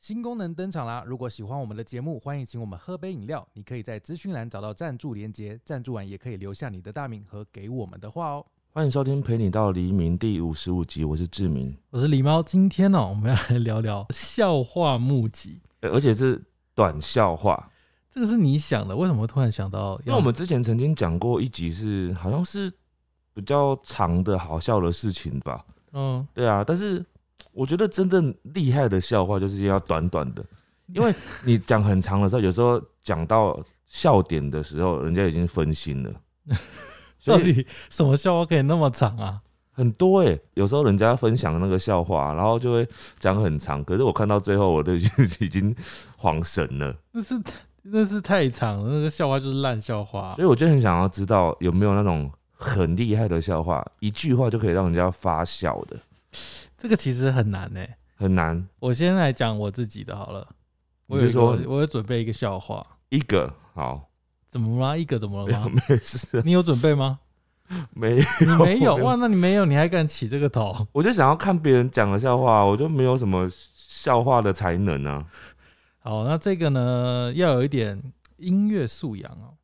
新功能登场啦！如果喜欢我们的节目，欢迎请我们喝杯饮料。你可以在资讯栏找到赞助连结，赞助完也可以留下你的大名和给我们的话哦。欢迎收听《陪你到黎明》第五十五集，我是志明，我是狸猫，今天哦呢、我们要来聊聊笑话募集。呃而且是短笑话。这个是你想的，为什么会突然想到因为我们之前曾经讲过一集是好像是比较长的好笑的事情吧？嗯，对啊，但是我觉得真正厉害的笑话就是要短短的，因为你讲很长的时候，有时候讲到笑点的时候，人家已经分心了， 到所以底什么笑话可以那么长啊？很多哎、有时候人家分享那个笑话，然后就会讲很长，可是我看到最后，我都已经 已经恍神了。那是那是太长了，那个笑话就是烂笑话啊所。以我就很想要知道有没有那种很厉害的笑话，一句话就可以让人家发笑的，这个其实很难呢、很难。我先来讲我自己的好了。我你有是一个说我有准备一个笑话，一个好？怎么啦？一个怎么没了有，吗？没事，你有准备吗？没有。 你没有没有哇？那你没有，你还敢起这个头？ 我就想要看别人讲的笑话，我就没有什么笑话的才能啊。好，那这个呢，要有一点音乐素养哦。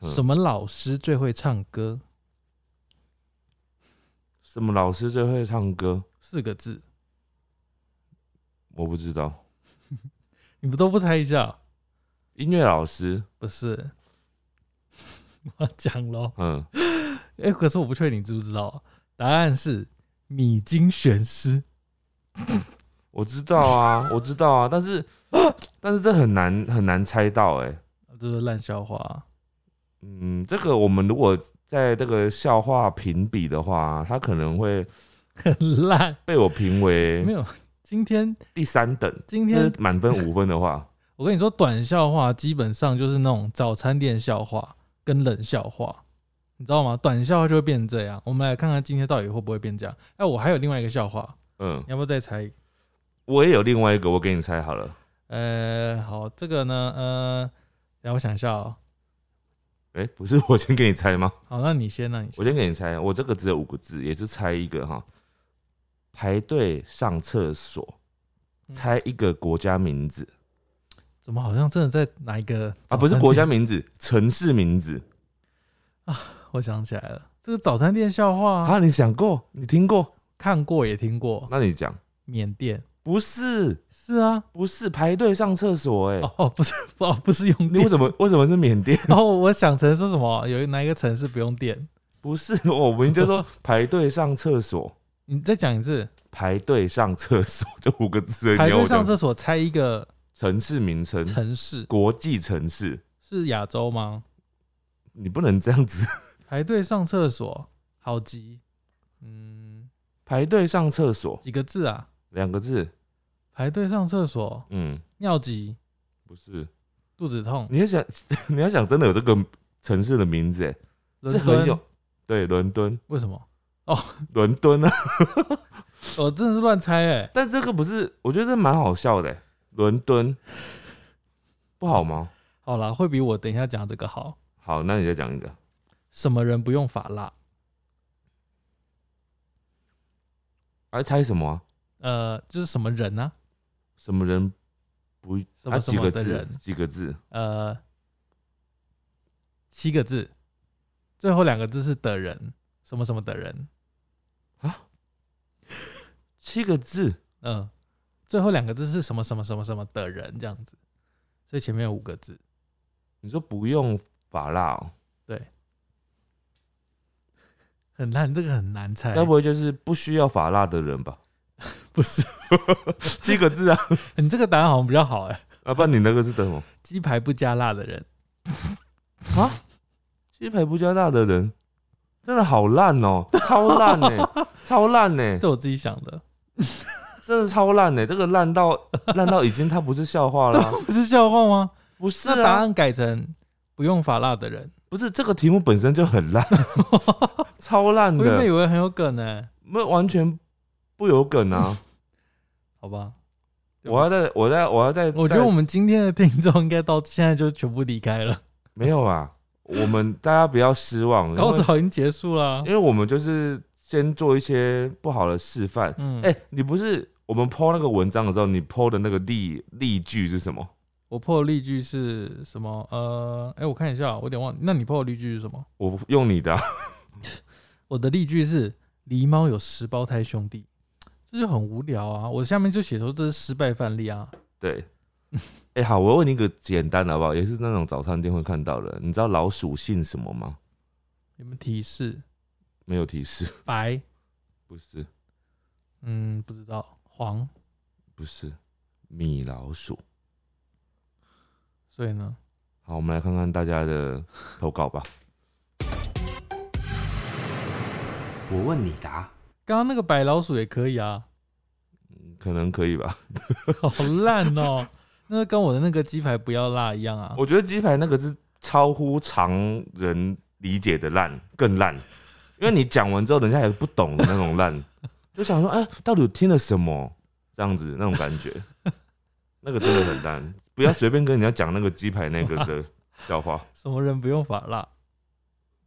嗯什么老师最会唱歌？什么老师最会唱歌？四个字，我不知道。你们都不猜一下？音乐老师，不是， 我要讲喽。嗯，哎、可是我不确定你知不知道，答案是米津玄师。我知道 啊，我知道啊，但是 但是这很难很难猜到哎、啊这是烂笑话， 嗯，这个我们如果在这个笑话评比的话，它可能会很烂。被我评没为有，今天第三等。今就天是满分五分的话， 我跟你说，短笑话基本上就是那种早餐店笑话跟冷笑话，你知道吗？短笑话就会变成这样。我们来看看今天到底会不会变这样。哎，我还有另外一个笑话，嗯，你要不要再猜一个？我也有另外一个，我给你猜好了。呃，好，这个呢，呃，让我想一下哦。哎、不是 我先给你猜吗？好，那你先，那你先。我先给你猜，我这个只有五个字，也是猜一个哈。排队上厕所，嗯猜一个国家名字怎么好像真的在哪一个啊，不早是餐国店家名字，城市名字我想起来了，这个早餐店笑话、啊？你想过？你听过？看过也听过。那你讲，缅甸不是，是啊，不是排队上厕所、哎、哦哦，不是哦，不是用你为电。 什么为什么是缅甸？ 然后我想成说什么，有哪一个城市不用电？不是，我们就说排队上厕所，你再讲一次，排队上厕所就五个字而已，排你要队我上讲嗯厕所猜一个城市名称，城市国际城市，是亚洲吗？你不能这样子 排队上厕所，好急。嗯，排队上厕所，几个字啊？两个字，排队上厕所，嗯，尿急，不是，肚子痛。你要想， 你要想真的有这个城市的名字，哎，是伦很有敦，对，伦敦，为什么？伦敦啊， 我真的是乱猜哎、但这个不是，我觉得这蛮好笑的，哎伦敦，不好吗？好啦，会比我等一下讲这个好。好，那你再讲一个，什么人不用发蜡？还猜什么啊、呃，就是什么人呢、什么人不？什啊，么什几么个的字人？？几个字？呃，七个字，最后两个字是的人，什么什么的人，七个字，嗯、最后两个字是什么什么什么什么的人这样子，所以前面有五个字，你说不用法拉、哦，很难，这个很难猜该，不会就是不需要法拉的人吧？ 不是，七个字啊，你这个答案好像比较好哎、啊，不然你那个是什么？鸡排不加辣的人，鸡排不加辣的人，真的好烂哦、超烂呢、 超烂呢、这我自己想的，真的超烂呢、这个烂到烂到已经它不是笑话 了啊、不是笑话吗？不是那答啊，案改成不用发辣的人，不是这个题目本身就 很烂，超烂我原本以的，为很有梗呢、那完全不有梗啊！好吧， 对不我要起再，我再，我要再，我觉再得我们今天的听众应该到现在就全部离开了，没有啊，我们大家不要失望，因高为潮已经结束了啊因。为我们就是先做一些不好的示范，嗯，哎、你不是我们 PO 那个文章的时候，你 PO 的那个例例句是什么？我破的例句是什么？呃，哎、我看一下，我有点忘了。那你破的例句是什么？我用你的啊、 我的例句是狸猫有十胞胎兄弟，这就很无聊啊。我下面就写说这是失败范例啊。对。哎、好，我问你一个简单的好不好？也是那种早餐店会看到的。你知道老鼠姓什么吗？有没有提示？没有提示， 白？不是，嗯，不知道。黄？不是，米老鼠。所以呢？好，我们来看看大家的投稿吧。我问你答，刚刚那个白老鼠也可以啊，嗯可能可以吧？好烂哦、那跟我的那个鸡排不要辣一样啊。我觉得鸡排那个是超乎常人理解的烂，更烂。因为你讲完之后，人家也不懂的那种烂，就想说，哎、到底我听了什么？这样子那种感觉，那个真的很烂。不要随便跟人家讲那个鸡排那个的笑话，什么人不用法辣？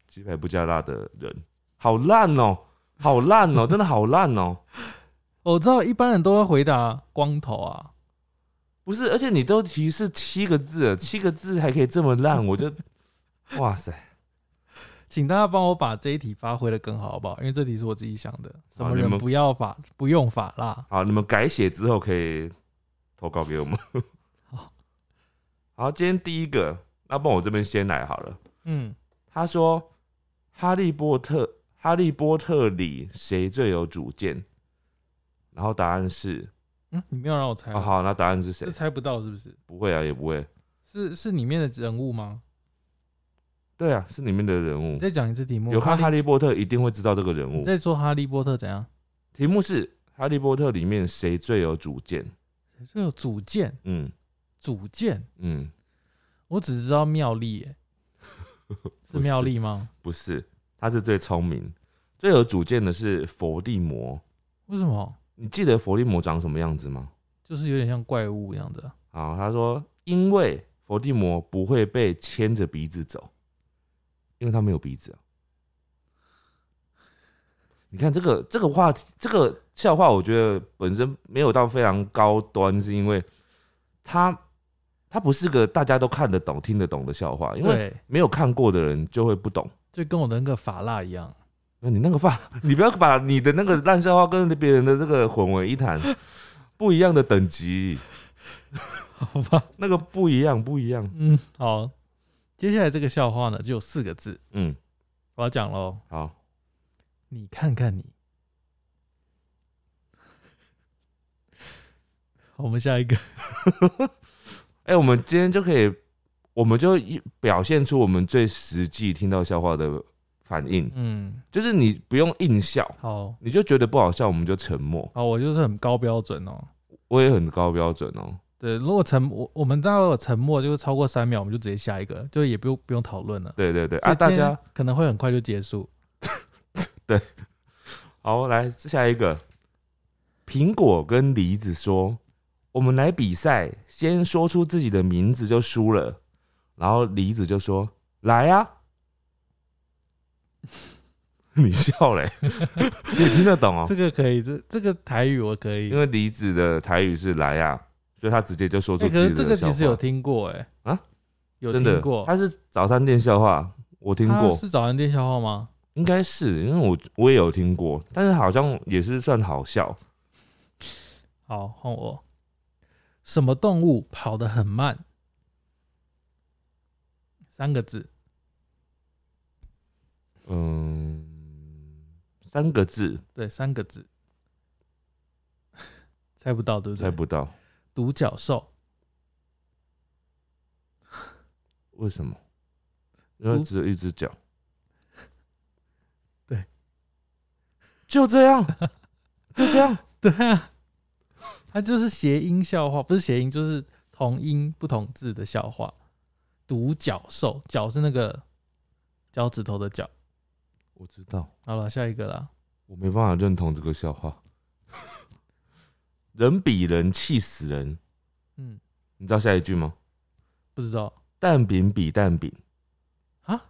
鸡排不加辣的人，好烂哦、好烂哦、真的好烂哦、我知道一般人都会回答光头啊，不是，而且你都提示七个字了，七个字还可以这么烂，我就，哇塞，请大家帮我把这一题发挥的更好，好不好？因为这题是我自己想的。什么你人们不要法不用法辣？好，你们改写之后可以投稿给我们。 好好，今天第一个，那不然我这边先来好了。嗯，他说：“哈利波特，哈利波特里谁最有主见？”然后答案是，嗯，你没有让我猜啊、，好，那答案是谁这？猜不到是不是？不会啊，也不会。是是里面的人物吗？对啊，是里面的人你物。再讲一次题目。有看《哈哈利波特》一定会知道这个人利？你物。再说哈利波特怎样？题目是《哈利波特》里面谁最有主见？这有主见，嗯主见，嗯，我只知道妙丽 耶，是妙丽吗？不是，他是最聪明、最有主见的是伏地魔。为什么？你记得伏地魔长什么样子吗？就是有点像怪物一样的。好，他说，因为伏地魔不会被牵着鼻子走，因为他没有鼻子啊、你看这个这个话题，这个笑话，我觉得本身没有到非常高端，是因为它它不是个大家都看得懂、听得懂的笑话，因为对，没有看过的人就会不懂。就跟我的那个法辣一样。那你那个发， 你不要把你的那个烂笑话跟别人的这个混为一谈，不一样的等级，好吧，那个不一样，不一样。嗯，好。接下来这个笑话呢，只有四个字，嗯，我要讲喽。好，你看看你。 好我们下一个，哎、我们今天就可以，我们就一表现出我们最实际听到笑话的反应，嗯，就是你不用硬笑，好，你就觉得不好笑，我们就沉默。好，我就是很高标准哦、我也很高标准哦、对，如果沉我我们大概有沉默就是超过三秒，我们就直接下一个，就也不用不用讨论了。对对对啊，所大以今天家可能会很快就结束。好，来下一个，苹果跟梨子说，我们来比赛，先说出自己的名字就输了，然后梨子就说来呀、 你笑嘞， 你听得懂哦、这个可以，这这个台语我可以哎因。为梨子的台语是来呀、所以他直接就说出欸可自是己这个的笑其话。实有听过哎、啊，有真的听过，他是早餐店笑话，我听它过，是早餐店笑话吗？应该是因为我我也有听过，但是好像也是算好笑。好，换我。什么动物跑得很慢？三个字，嗯，三个字对，三个字， 猜不到对不对？猜不到，独角兽，为什么？因为嗯只有一只脚。对，就这样，就这样。对啊，它就是谐音笑话，不是谐音，就是同音不同字的笑话。独角兽，角是那个脚趾头的脚。我知道，好了，下一个啦。我没办法认同这个笑话。 人比人气死人，嗯，你知道下一句吗？不知道蛋饼比蛋饼啊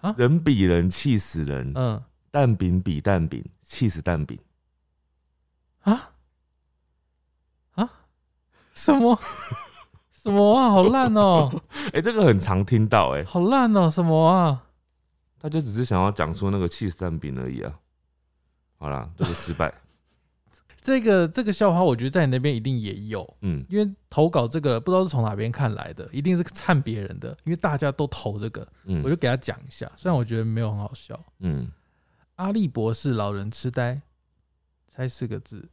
啊人比人气死人，嗯蛋饼比蛋饼气死蛋饼。啊，什么 什么啊，好烂哦、哎、这个很常听到、哎，好烂哦、什么啊？他就只是想要讲出那个气势蛋饼而已啊。好啦，这个失败，这个这个笑话，我觉得在你那边一定也有，嗯，因为投稿这个不知道是从哪边看来的，一定是看别人的，因为大家都投这个，嗯我就给他讲一下。虽然我觉得没有很好笑，嗯，阿笠博士老人痴呆，猜四个字，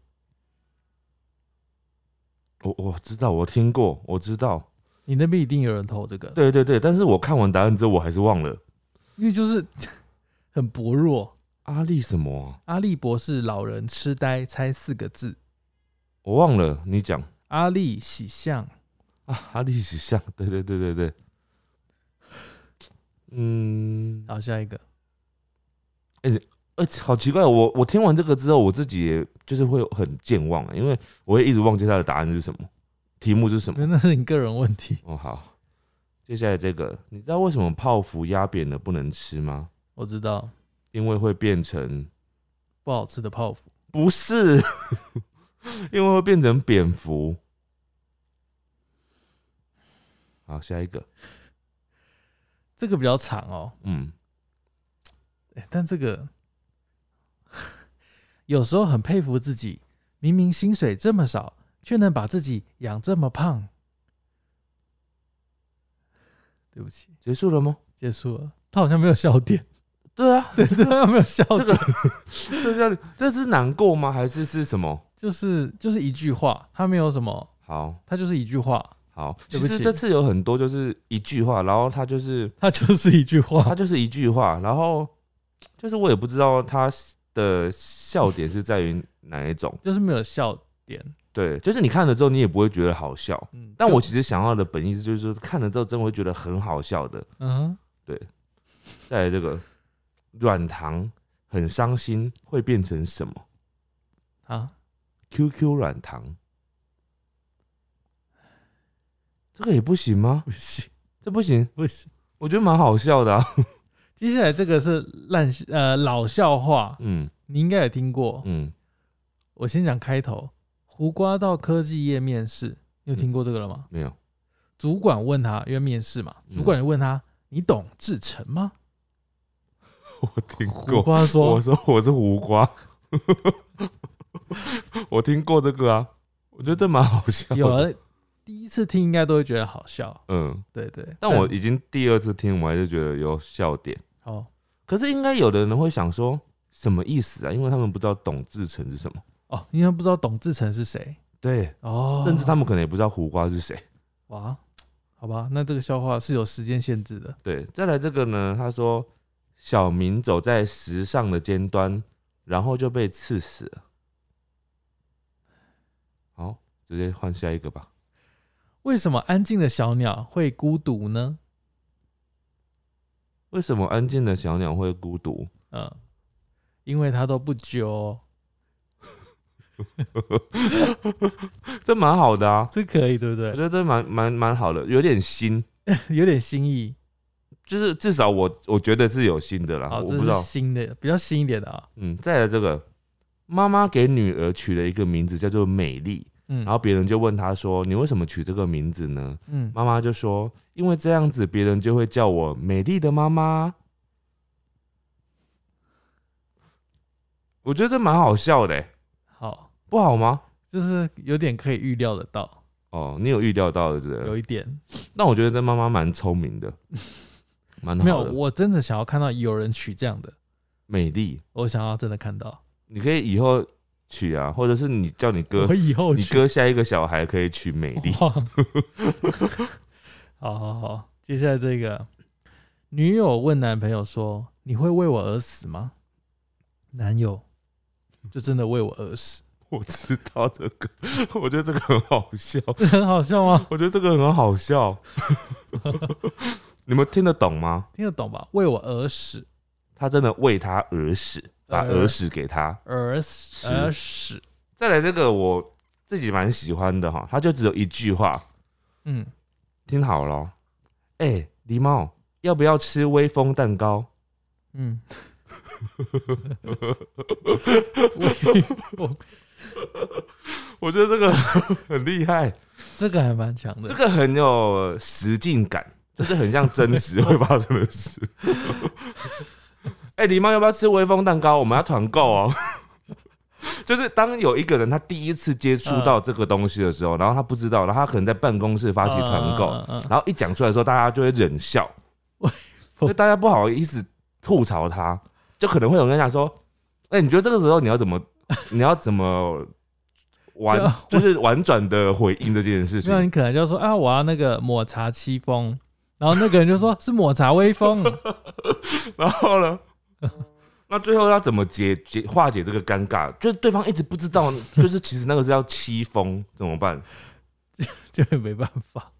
我我知道，我听过，我知道，你那边一定有人投这个，对对对，但是我看完答案之后，我还是忘了因为就是 很薄弱。阿力什么啊、阿笠博士老人痴呆，猜四个字，我忘了，你讲阿笠喜相，啊，阿力是像，对对对对对，嗯，好下一个，呃，好奇怪，我我听完这个之后，我自己也就是会很健忘，啊因为我会一直忘记它的答案是什么，题目是什因么。为那是你个人问题，哦，好，接下来这个，你知道为什么泡芙压扁了不能吃吗？我知道因为会变成不好吃的泡芙，不是， 因为会变成蝙蝠。好，下一个，这个比较长哦、嗯，欸但这个 有时候很佩服自己，明明薪水这么少，却能把自己养这么胖。对不起，结束了吗？结束了。他好像没有笑 点，对啊，对，他好像没有笑点，这个这叫这是难过吗？还是是什么？就是就是一句话，他没有什么，好他就是一句话，好，对其不实起这次有很多就是一句话，然后他就是他就是一句他话。就是一句话，然后就是我也不知道他的笑点是在于哪一种。就是没有笑点，对，就是你看了之后，你也不会觉得好笑。嗯，但就我其实想要的本意是，就是说看了之后真的会觉得很好笑的。嗯再来这个软糖很伤心会变成什么哼啊， ？QQ 软糖，这个也不行吗？不行这不行，不行。我觉得蛮好笑的、啊。接下来这个是烂呃老笑话，嗯你应该也听过，嗯，我先讲开头，胡瓜到科技业面试，你有听过这个了吗？没有，主管问他，因为面试嘛，嗯主管就问他：“你懂制程吗我听？”胡瓜我说说我是胡瓜， 我听过这个啊，我觉得这蛮好笑：“的。有啊了，第一次听应该都会觉得好笑。嗯，”对对，但我已经第二次听，我还是觉得有笑点。哦可是应该有的人会想说，什么意思啊？因为他们不知道董志成是什么，哦，因为不知道懂制程是谁对，哦，甚至他们可能也不知道胡瓜是谁。哇，好吧，那这个笑话是有时间限制的，对，再来这个呢，他说小明走在时尚的尖端，然后就被刺死了。好，直接换下一个吧。为什么安静的小鸟会孤独呢？为什么安静的小鸟会孤独？嗯，因为它都不揪，这蛮好的啊，这可以对不我觉对？得这蛮蛮蛮好的，有点新， 有点新意，就是至少我我觉得是有新的啦，好，啊我哦啊这不知是道。新的，比较新一点的啊。嗯，再来这个，妈妈给女儿取了一个名字叫做美丽，嗯，然后别人就问她说：“你为什么取这个名字呢嗯？”，妈妈就说：“因为这样子别人就会叫我美丽的妈妈。”我觉得这蛮好笑的欸、好，不好吗？就是有点可以预料得到，哦，你有预料到的，对有不对？一点那我觉得这妈妈蛮聪 明的，蛮没有。好的。我真的想要看到有人取这样的，美丽，我想要真的看到。你可以以后取啊，或者是你叫你哥我，以后你取哥下一个小孩可以取美丽。哇 好好好，接下来这个女友问男朋友说：“你会为我而死吗？”男友就真的为我而死，我知道这个， 我觉得这个很好笑，这很 好笑吗？我觉得这个很好笑。 你们听得懂吗？听得懂吧？为我而死，他真的为他而死，把呃儿死给他。而死，是而死。再来这个我自己蛮喜欢的哈，他就只有一句话，嗯，听好了哦。哎、狸猫，要不要吃威风蛋糕？ 嗯，威风我觉得这个 很厉害， 这个还蛮强的。这个很有实境感，这是很像真实会发生的事。 哎、狸猫要不要吃威风蛋糕？我们要团购哦。 就是当有一个人他第一次接触到这个东西的时候，然后他不知道，然后他可能在办公室发起团购，嗯嗯嗯嗯然后一讲出来的时候，大家就会忍 笑，威因为大家不好意思吐槽他，就可能会有人讲说：“哎、你觉得这个时候你要怎么，你要怎么婉，就 就是婉转的回应这件事情那？”你可能就说啊，我要那个抹茶戚风，然后那个人就说是抹茶微风，然后呢？嗯 那最后要怎么解解化解这个尴尬？就是对方一直不知道，就是其实那个是要欺风，怎么办？就没办法。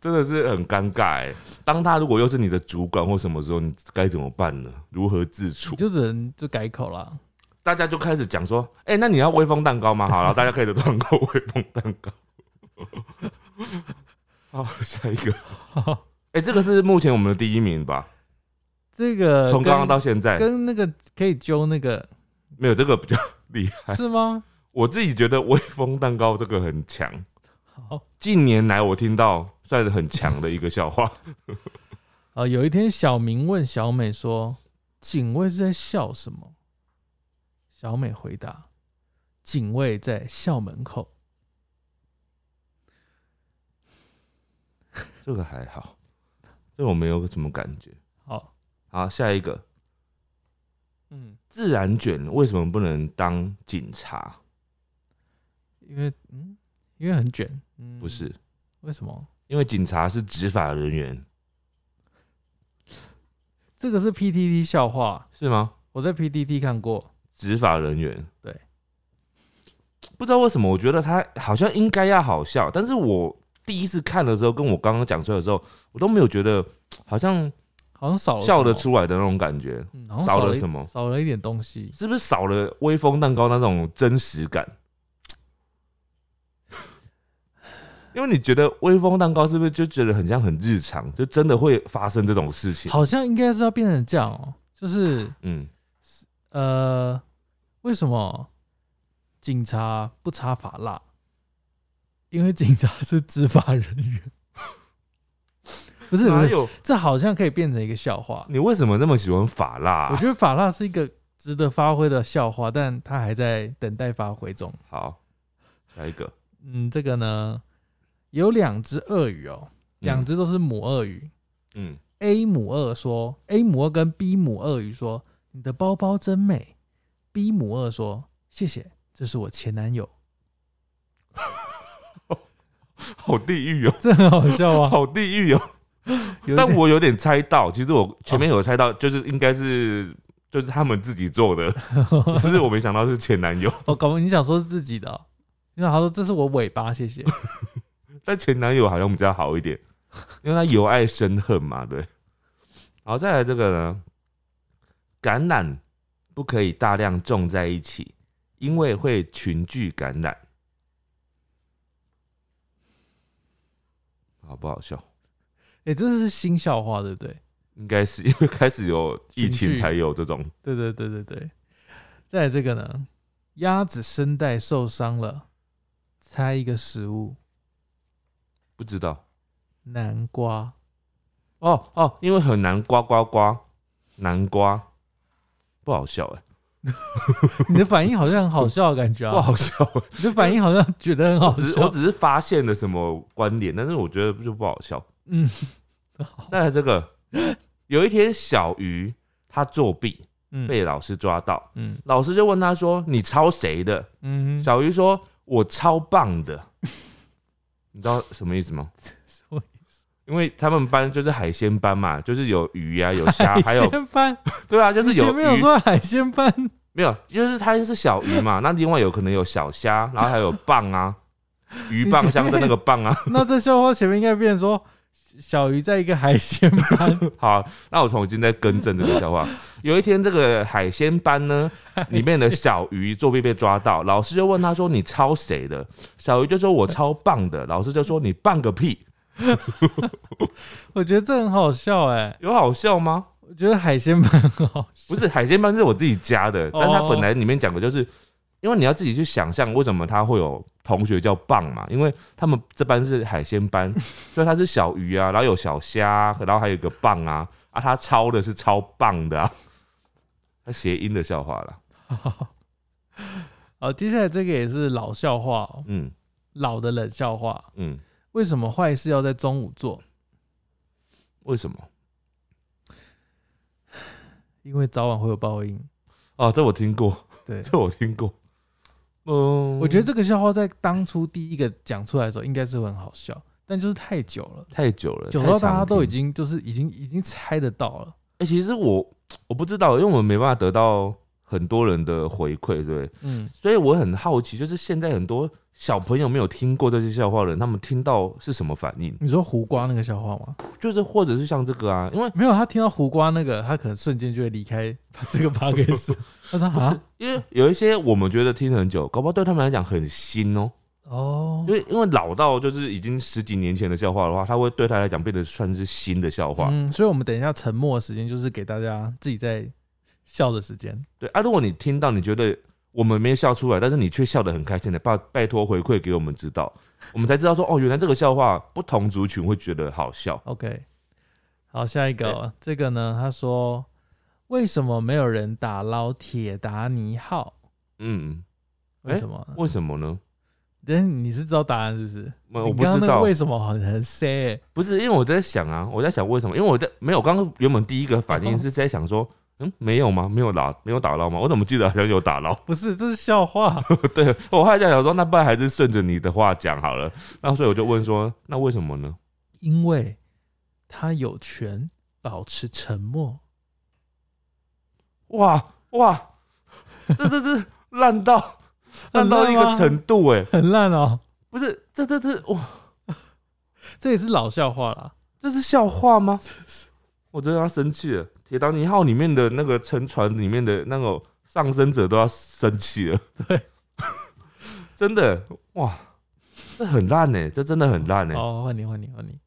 真的是很尴尬哎、当他如果又是你的主管或什么时候，你该怎么办呢？如何自处你？就只能就改口啦。大家就开始讲说：“哎、那你要威风蛋糕吗？”好，然后大家开始团购威风蛋糕。好，下一个，哎、这个是目前我们的第一名吧？这个从呃跟刚刚到现在，跟那个可以揪那个没有这个比较厉害。是吗？我自己觉得威风蛋糕这个很强，好，近年来我听到算是很强的一个笑话。啊，有一天小明问小美说：“警卫是在笑什么？”小美回答：“警卫在校门口。 这个还好，这个我没有什么感觉。”好，好，下一个嗯，自然卷为什么不能当警察？因为嗯，因为很卷，嗯，不是，为什么？因为警察是执法人员，这个是 PTT 笑话，是吗？我在 PTT 看过。执法人员。对，不知道为什么，我觉得他好像应该要好笑，但是我第一次看的时候，跟我刚刚讲出来的时候，我都没有觉得好像好像少了笑得什么，出来的那种感觉，嗯、好像少少了一什么少了一点东西。是不是少了威风蛋糕那种真实感？ 因为你觉得威风蛋糕是不是就觉得很像很日常，就真的会发生这种事情？好像应该是要变成这样哦、就是嗯，呃，为什么警察不擦法蜡？因为警察是执法人员， 不是不哪是，有？这好像可以变成一个笑话。你为什么那么喜欢法拉啊、我觉得法蜡是一个值得发挥的笑话，但它还在等待发挥中。好，下一个，嗯，这个呢，有两只鳄鱼哦、两嗯只都是母鳄鱼。嗯， A 母鳄说，A 母鳄跟 B 母鳄鱼说：“你的包包真美。”B 母鳄说：“谢谢，这是我前男友。好地狱哦”、这很好笑 啊！好地狱哦、有一但点我有点猜到，其实我前面有猜到，就是应该是就是他们自己做 的，只是我没想到是前男友，我哦搞不，你想说是自己的、哦？你想他说这是我尾巴，谢谢。但前男友好像比较好一 点，因为他由爱生恨嘛，对。好，再来这个呢，感染不可以大量种在一起，因为会群聚感染。好不好笑？哎、这是新笑话，对不对？应该是因 为开始有疫群情聚才有这种，对对对对对。再来这个呢，鸭子声带受伤了，猜一个食物，不知道。南瓜。 哦哦，因为很难刮刮刮，南瓜不好笑哎、你的反应好像很好笑的感觉不啊！好笑、欸。你的反应好像觉得很好我只是我笑。只是发现了什么关联，但是我觉得就不好笑。 嗯，再来这个，有一天小鱼他作弊嗯被老师抓到，嗯老师就问他说：“你抄谁的？”嗯，小鱼说：“我抄棒的。” 你知道什么意 思吗？么因为他们班就是海鲜班嘛，就是有鱼呀、有虾， 海啊还有鲜班，对啊，就是你有前面有鱼说海鲜班，没有，就是它是小鱼嘛，那另外有可能有小虾，然后还有蚌啊，鱼蚌相争那个蚌啊。那这笑话前面应该变成说小鱼在一个海鲜班，好，那我重新再更正这个笑话。有一天，这个海鲜班呢里面的小鱼作弊被抓到，老师就问他说：“你抄谁的？”小鱼就说：“我抄蚌的。”老师就说：“你蚌个屁，我觉得这很好笑哎、有好笑吗我觉得海鲜班很好？”笑， 不是，海鲜班是我自己加的，但它本来里面讲的就是。因为你要自己去想象为什么他会有同学叫棒嘛，因为他们这班是海鲜班，所以他是小鱼啊，然后有小虾啊、然后还有一个棒啊，啊，他抄的是超棒的啊，他谐音的笑话啦，好，哦接下来这个也是老笑话、哦，嗯老的冷笑话。嗯，为什么坏事要在中午做？为什么？因为早晚会有报应。哦，这我听过， 对，这我听过，嗯，我觉得这个笑话在当初第一个讲出来的时候，应该是会很好笑，但就是太久了，太久了，久太到常大家都已听经就是已经已经猜得到了。哎、其实我我不知道，因为我们没办法得到很多人的回馈，对不对，嗯，所以我很好奇，就是现在很多小朋友没有听过这些笑话的人，他们听到是什么反应？你说胡瓜那个笑话吗？就是或者是像这个啊，因为没有，他听到胡瓜那个，他可能瞬间就会离开这 个 p o d 他说不是啊，因为有一些我们觉得听很久，搞不好对他们来讲很新哦、哦因，为因为老到就是已经十几年前的笑话的话，他会对他来讲变得算是新的笑话。嗯，所以我们等一下沉默的时间就是给大家自己在笑的时间。对啊，如果你听到你觉得我们没笑出来，但是你却笑得很开心的，拜拜托回馈给我们知 道，我们才知道说哦，原来这个笑话不同族群会觉得好笑。 OK，好，下一个哦、这个呢，他说为什么没有人打捞铁达尼号？嗯，为诶什么？为什么呢？但你是知道答案是不是？没有我你不刚刚那知个道，为什么很很 sad，欸、不是因为我在想啊，我在想为什么？因为我在没有，刚刚原本第一个反应是在想说，嗯，没有吗？没有打，没有打捞吗？我怎么记得好像有打捞？ 不是，这是笑话。对我后来在想说，那不然还是顺着你的话讲好了。那所以我就问说，那为什么呢？因为他有权保持沉默。哇哇，这这这烂到烂到一很烂个吗程度哎、很烂哦，不是这这这哇，这也是老笑话啦。这是笑 话吗？我真的要生气了！铁达尼号里面的那个沉船里面的那个上升者都要生气了。对， 真的哇，这很烂呢、这真的很烂呢、哦，换你，换你，换你。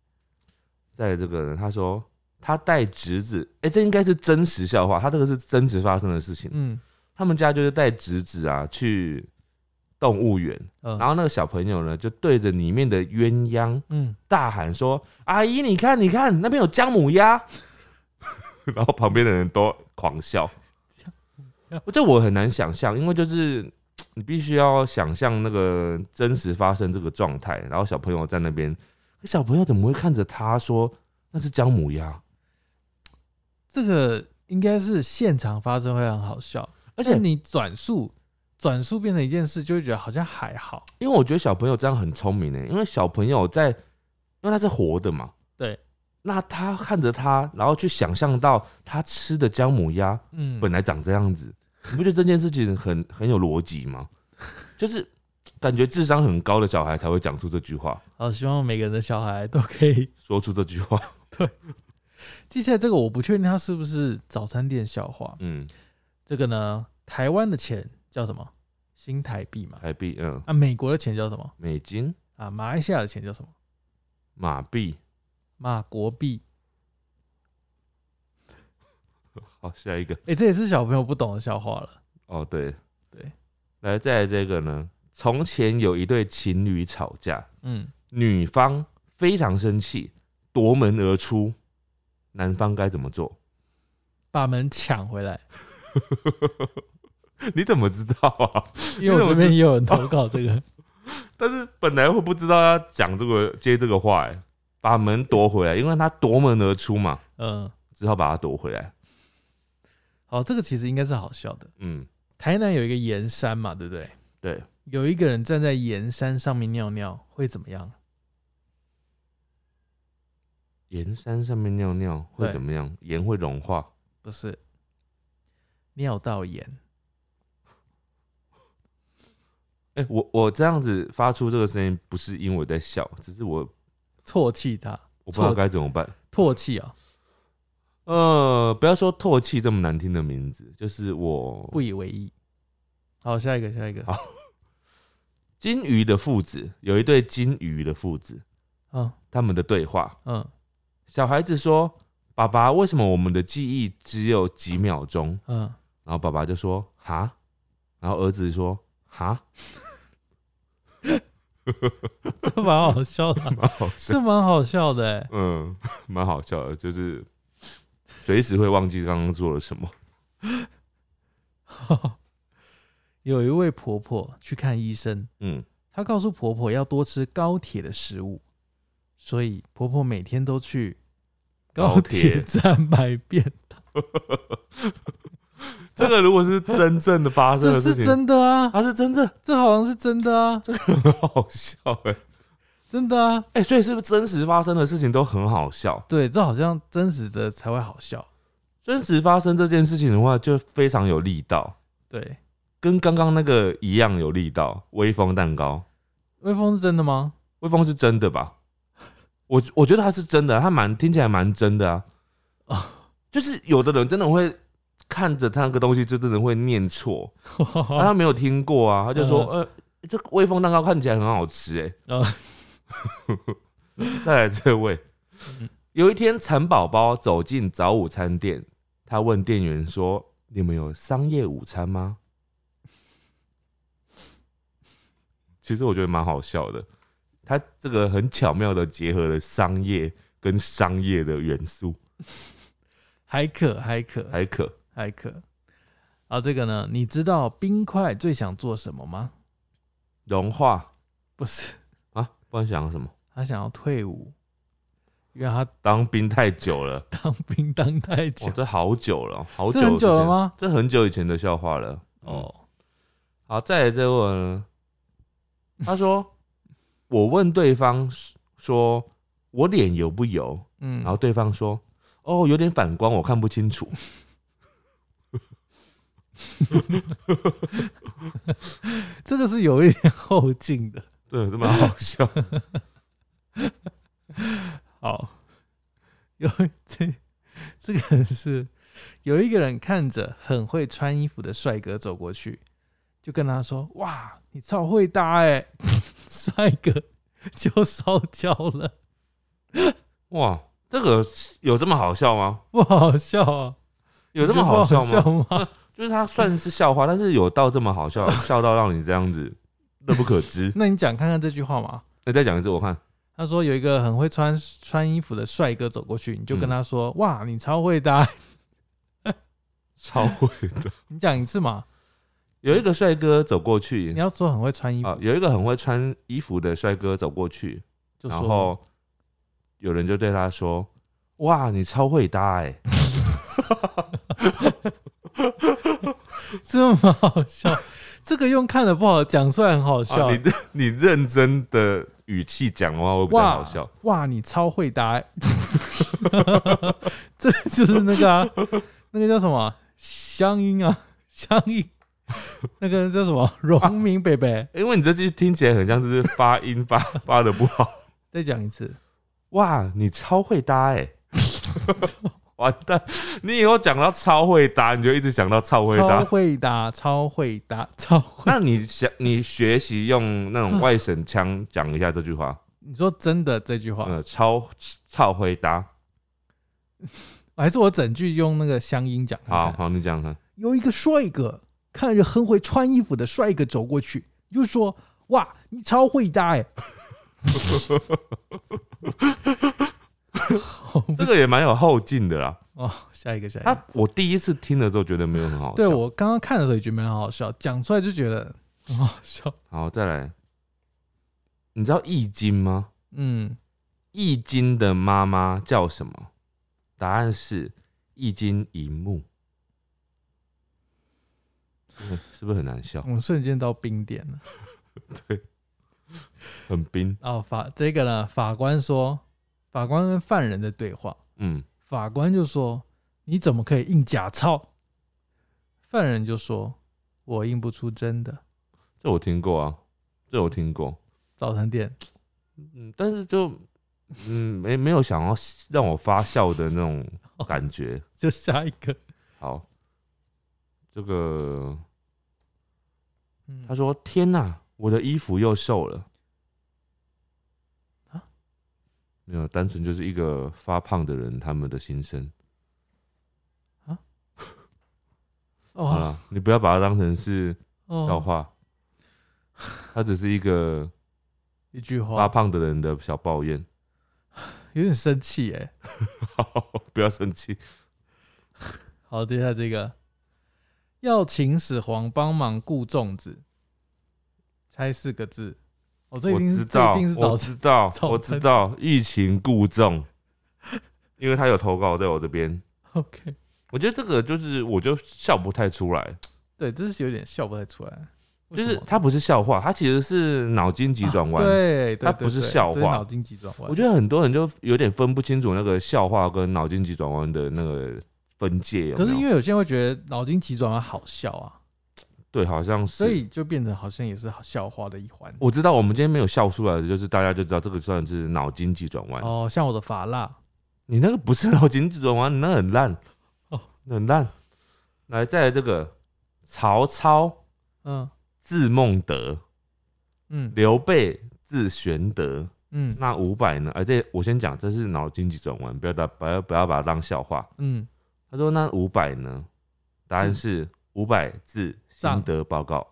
在这个人他说他带侄子，哎、这应该是真实笑话，他这个是真实发生的事情。嗯他们家就是带侄子啊去动物园，嗯，然后那个小朋友呢就对着里面的鸳鸯嗯，大喊说：“阿姨，你看，你看，那边有姜母鸭。” 然后旁边的人都狂笑姜鸭。我这我很难想象，因为就是你必须要想象那个真实发生这个状态，然后小朋友在那边，可小朋友怎么会看着他说那是姜母鸭？这个应该是现场发生会很好笑，而而且且你转述转述变成一件事，就会觉得好像还好。因为我觉得小朋友这样很聪明欸呢，因为小朋友在，因为他是活的嘛，对，那他看着他，然后去想象到他吃的姜母鸭嗯，本来长这样子，你不觉得这件事情很很有逻辑吗？ 就是感觉智商很高的小孩才会讲出这句话，好，希望每个人的小孩都可以。说出这句话。接下来这个我不确定它是不是早餐店笑话。嗯，这个呢，台湾的钱叫什么？新台币嘛。台币，嗯，啊，美国的钱叫什么？美金、啊，马来西亚的钱叫什么？马币。马国币。好，下一个。哎、这也是小朋友不懂的笑话了。哦，对对，来，再来这个呢？从前有一对情侣吵架，嗯，女方非常生气，夺门而出，男方该怎么做？ 把门抢回来，你怎么知道啊？ 因为我这边也有人投稿这 个。但是本来会不知道要讲这个接这个话、欸，把门夺回来，因为他夺门而出嘛，嗯，只好把它夺回来。好，这个其实应该是好笑的。嗯，台南有一个盐山嘛，对不对？对，有一个人站在盐山上面尿尿会怎么样？盐山上面尿尿会对怎么样？盐会融化，不是尿道炎，哎、我我这样子发出这个声音，不是因为我在笑，只是我唾弃他，我不知道错该怎么办。唾弃哦啊、呃，不要说唾弃这么难听的名字，就是我不以为意。好，下一个，下一个。好金鱼的父子有一对金鱼的父子，嗯他们的对话。嗯小孩子说：“爸爸，为什么我们的记忆只有几秒钟嗯，？”然后爸爸就说：“哈。”然后儿子说：“哈， 这 蛮好笑 的啊，蛮好笑，这蛮好笑的哎、嗯， 蛮好笑的，就是随时会忘记刚刚做了什么。欸 有一位婆婆去看医生，嗯，她告诉婆婆要多吃高铁的食物，所以婆婆每天都去高高铁铁站买便， 这个如果是真正的发生这的事是情，真的啊，啊，是真 正这好像是真的啊，很好笑哎、真的啊，哎、所以是不是真实发生的事情都很好笑？对，这好像真实的才会好笑，真实发生这件事情的话，就非常有力道，对，跟刚刚那个一样有力道。微风蛋糕，微风是真的 吗？微风是真的吧？我我觉得它是真的，它蛮听起来蛮真的啊。就是有的人真的会看着他那个东西，就真的会念错，啊他没有听过啊，他就说：“呃，这个微风蛋糕看起来很好吃。”哎，呃， 再来这位嗯，有一天蚕宝宝走进早午餐店，他问店员说：“你们有商业午餐吗？”其实我觉得蛮好笑的，他这个很巧妙的结合了商业跟商业的元素，还可还可还可还可。啊，这个呢，你知道冰块最想做什么吗？融化不是，啊！不然想什么？他想要退伍，因为他当兵太久了，当兵当太久哇，，哦这好久了，好这久很久了之前？吗？这很久以前的笑话了。哦，哦，好，再来这位呢，他说：“ 我问对方说我脸油不油？”嗯，然后对方说：“哦，有点反光，我看不清楚。 这个是有一点后劲的。”对，这蛮好 笑。好， 有这这个人是有一个人看着很会穿衣服的帅哥走过去，就跟他说：“哇，你超会搭哎、 帅哥就烧焦了，哇，这个有这么好笑吗？不好笑啊！有这么好笑吗？吗？。就是他算是笑话，但是有到这么好笑，笑到让你这样子乐不可支那你讲看看这句话嘛。你再讲一 次，我看。他说有一个很会穿穿衣服的帅哥走过去，你就跟嗯他说：“哇，你超会搭。欸超会的。” 你讲一次嘛，有一个帅哥走过你去要说很会穿衣服，啊，有一个很会穿衣服的帅哥走过去，就然说后有人就对他说：“哇，你超会搭哎、 这么好笑。这个用看的不好，讲出来很好笑。啊你你认真的语气讲的话会比较好笑。哇，你超会答、 欸，这就是那个、啊、那个叫什么啊乡音啊，乡音，那个叫什么荣民北北，因为你这句听起来很像就是发音发发的不好。再讲一次，哇，你超会搭哎、 完蛋！你以后讲到超会搭，你就一直想到超会超搭。会答，超会答，超会。那你想，你学习用那嗯种外省腔讲一下这句话，你说真的这句话，呃，超超会搭。还是我整句用那个乡音讲看好看？好，你讲看。有一个帅哥看着很会穿衣服的帅哥走过去，就说：“哇，你超会搭哎、好这个也蛮有后劲的啦。哦，下一个，下一个。他我第一次听的时候觉得没有很好笑。对我刚刚看的时候也觉得蛮好笑，讲出来就觉得很好笑。好，再来，你知道《易经》吗？《嗯，易经》的妈妈叫什么？答案是《易经》一木。嗯是不是很难笑？我们瞬间到冰点了。很冰。哦，法这个呢，法官说，法官跟犯人的对话，嗯，法官就说：“你怎么可以印假钞？”犯人就说：“我印不出真的。这我听过啊，这我听过。”早餐店， 嗯，但是就嗯没没有想要让我发笑的那种感觉。就下一个。好，这个嗯他说：“天哪、我的衣服又瘦了。”啊没有，单纯就是一个发胖的人他们的心声。：“好哦了，你不要把它当成是笑哦，话。他只是一个一句发话，胖的人的小抱怨。 有点生气哎、不要生气，好，接下来这个要请始皇帮忙顾粽子，猜四个字。哦，这一我定知是这道，一定是早我餐知道，早我餐知道，疫情故重，因为他有投稿在我这边， OK，我觉得这个就是我就笑不太出来，对，这是有点笑不太出来，为就什是么他不是笑话，他其实是脑筋急转弯。啊对，对它不对是对笑这话脑筋急转弯。我觉得很多人就有点分不清楚那个笑话跟脑筋急转弯的那个分界有可是没因有？为有些人会觉得脑筋急转弯好笑啊，对，好像是。所以就变成好像也是好笑话的一环。我知道我们今天没有笑出来的，就是大家就知道这个算是脑筋急转弯。哦，像我的发蜡，你那个不是脑筋急转弯，你那个很烂，哦很烂。来，再来这个曹操嗯字孟德，嗯刘备字玄德。嗯那五百呢？而且我先讲，这是脑筋急转弯，不要打，不要不要把它当笑话。嗯，他说那五百呢？答案是五百字心上得报告。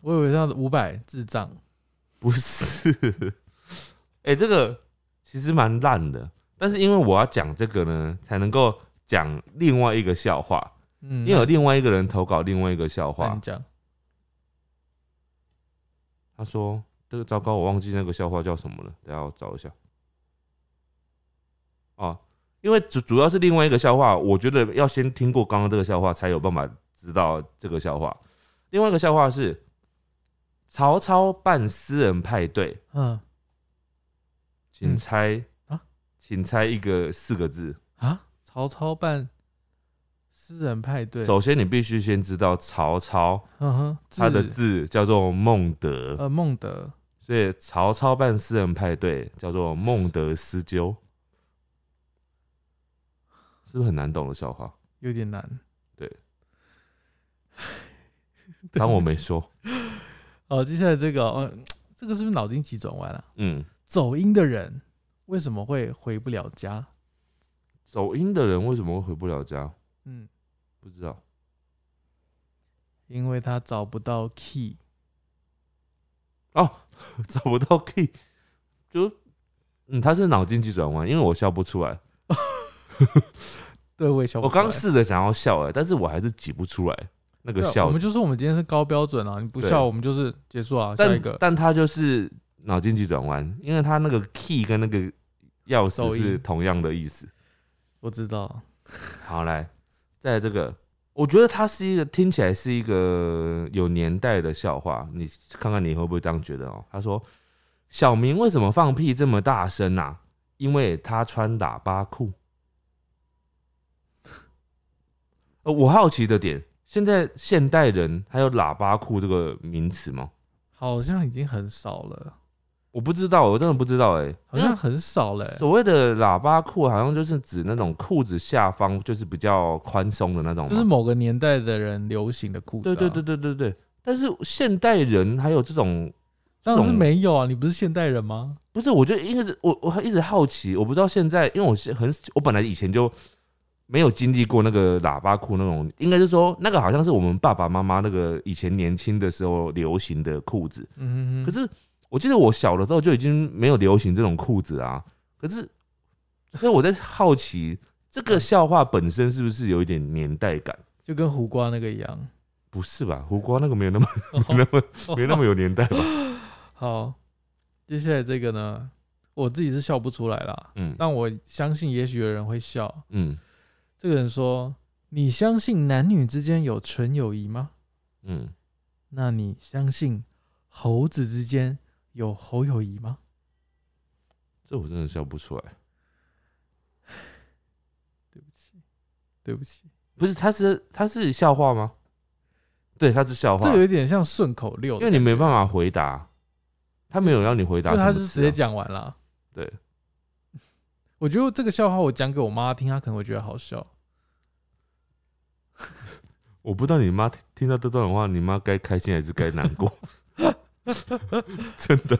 我以为像五百智障，不是，哎、这个其实蛮烂的，但是因为我要讲这个呢，才能够讲另外一个笑话，嗯，哎因为有另外一个人投稿另外一个笑话话你，讲，他说这个糟糕，我忘记那个笑话叫什么了，等一下我找一下。哦，因为主主要是另外一个笑话，我觉得要先听过刚刚这个笑话，才有办法知道这个笑话。另外一个笑话是曹操办私人派对，嗯请嗯猜、啊请猜一个四个字。啊，曹操办私人派对，首先，你必须先知道曹操嗯哼，他的字字叫做孟德，呃孟德所以曹操办私人派对叫做孟德私鸠，是不是很难懂的笑话？有点难，对 对不起，当 我没说。哦，接下来这个，哦，这个是不是脑筋急转弯啊？嗯，走音的人为什么会回不了家？走音的人为什么会回不了家？嗯，不知道。因为他找不到 key。哦， 找不到 key，就嗯，他是脑筋急转弯，因为我笑不出来。对，我也笑不我出来。刚试着想要笑哎、但是我还是挤不出来那个对啊笑我们就说我们今天是高标准啊，你不对笑我们就是结束啊，下一但个。但他就是脑筋急转弯，因为他那个 key 跟那个钥匙手是印同样的意思。我知道，好，来，在这个，我觉得它是一个听起来是一个有年代的笑话，你看看你会不会这样觉得哦？他说：“小明为什么放屁这么大声啊？因为他穿喇叭裤。”呃，我好奇的点，现在现代人还有喇叭裤这个名词吗？好像已经很少了，我不知道，我真的不知道哎、好像很少了欸、所谓的喇叭裤，好像就是指那种裤子下方就是比较宽松的那种就是嘛。某个年代的人流行的裤子、啊对对对，对对对。但是现代人还有这种，当然是这种没有啊，你不是现代人吗？不是？我就因为我我一直好奇，我不知道现在，因为我是很我本来以前就没有经历过那个喇叭裤那种，应该是说那个好像是我们爸爸妈妈那个以前年轻的时候流行的裤子。嗯哼哼，可是我记得我小的时候就已经没有流行这种裤子啊。可是，所以我在好奇，这个笑话本身是不是有一点年代感？就跟胡瓜那个一 样，不是吧？胡瓜那个没有那么哦没 那么没那么有年代吧？好。接下来这个呢，我自己是笑不出来啦，嗯但我相信也许有人会笑。嗯这个人说：“你相信男女之间有纯友谊吗？嗯，那你相信猴子之间有猴友谊吗？”这我真的笑不出来。对不起，对不起，不是，他是他是笑话吗？对，他是笑话这，个有点像顺口溜因的，为你没办法回答，他没有让你回答就什他么是直词啊接讲完了。对， 我觉得这个笑话我讲给我妈听，她可能会觉得好笑。我不知道你妈听听到这段话，你妈该开心还是该难 过？真的。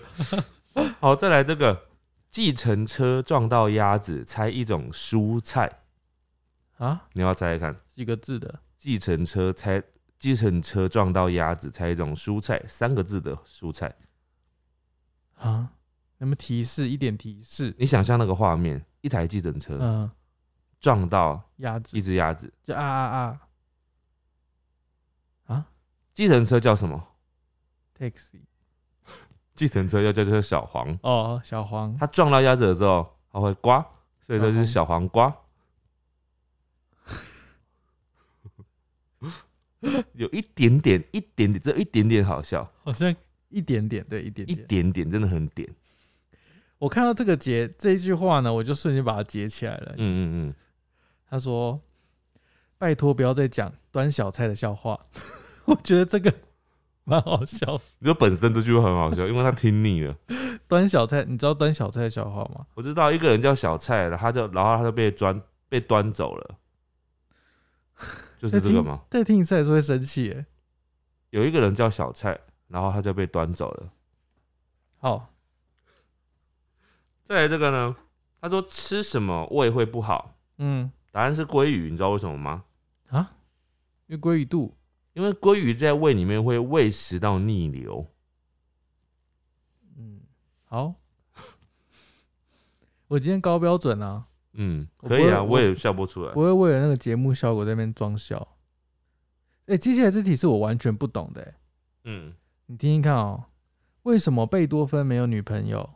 好，再来这个，计程车撞到鸭子，猜一种蔬菜。啊，你要不要猜猜看，几个字的计程车猜计程车撞到鸭子，猜一种蔬菜，三个字的蔬菜。啊？那么提示一点提示，你想象那个画面，一台计程车嗯，撞到鸭一子，只鸭子，就啊啊啊计程车叫什么？ ，taxi，计程车要叫叫小黄，哦，小黄，它撞到鸭子的时候，它会呱，所以这就是小黄 瓜。有一点点，一点点，只有一点点好笑，好像一点点，对，一点一点。点点真的很点。我看到这个截这一句话呢，我就瞬间把它截起来了。嗯嗯他说：“拜托不要再讲端小菜的笑话。” 我觉得这个蛮好笑的。嗯，你说本身这句话很好笑，因为他听腻了。端小菜，你知道端小菜的笑话吗？我知道一个人叫小蔡，然后他就然后他就被端被端走 了，就是这个吗？再听一次还是会生气耶。有一个人叫小蔡，然后他就被端走了。好，再来这个呢，他说吃什么胃会不好，嗯，答案是鲑鱼，你知道为什么吗？因为鲑鱼肚因为鲑鱼在胃里面会胃食道逆流。嗯，好。 我今天高标准啊，嗯，我不可会以啊，我我也笑不出来不。会为了那个节目效果在那边装笑。哎、接下来这题是我完全不懂的、欸，嗯，你听听看哦、为什么贝多芬没有女朋友？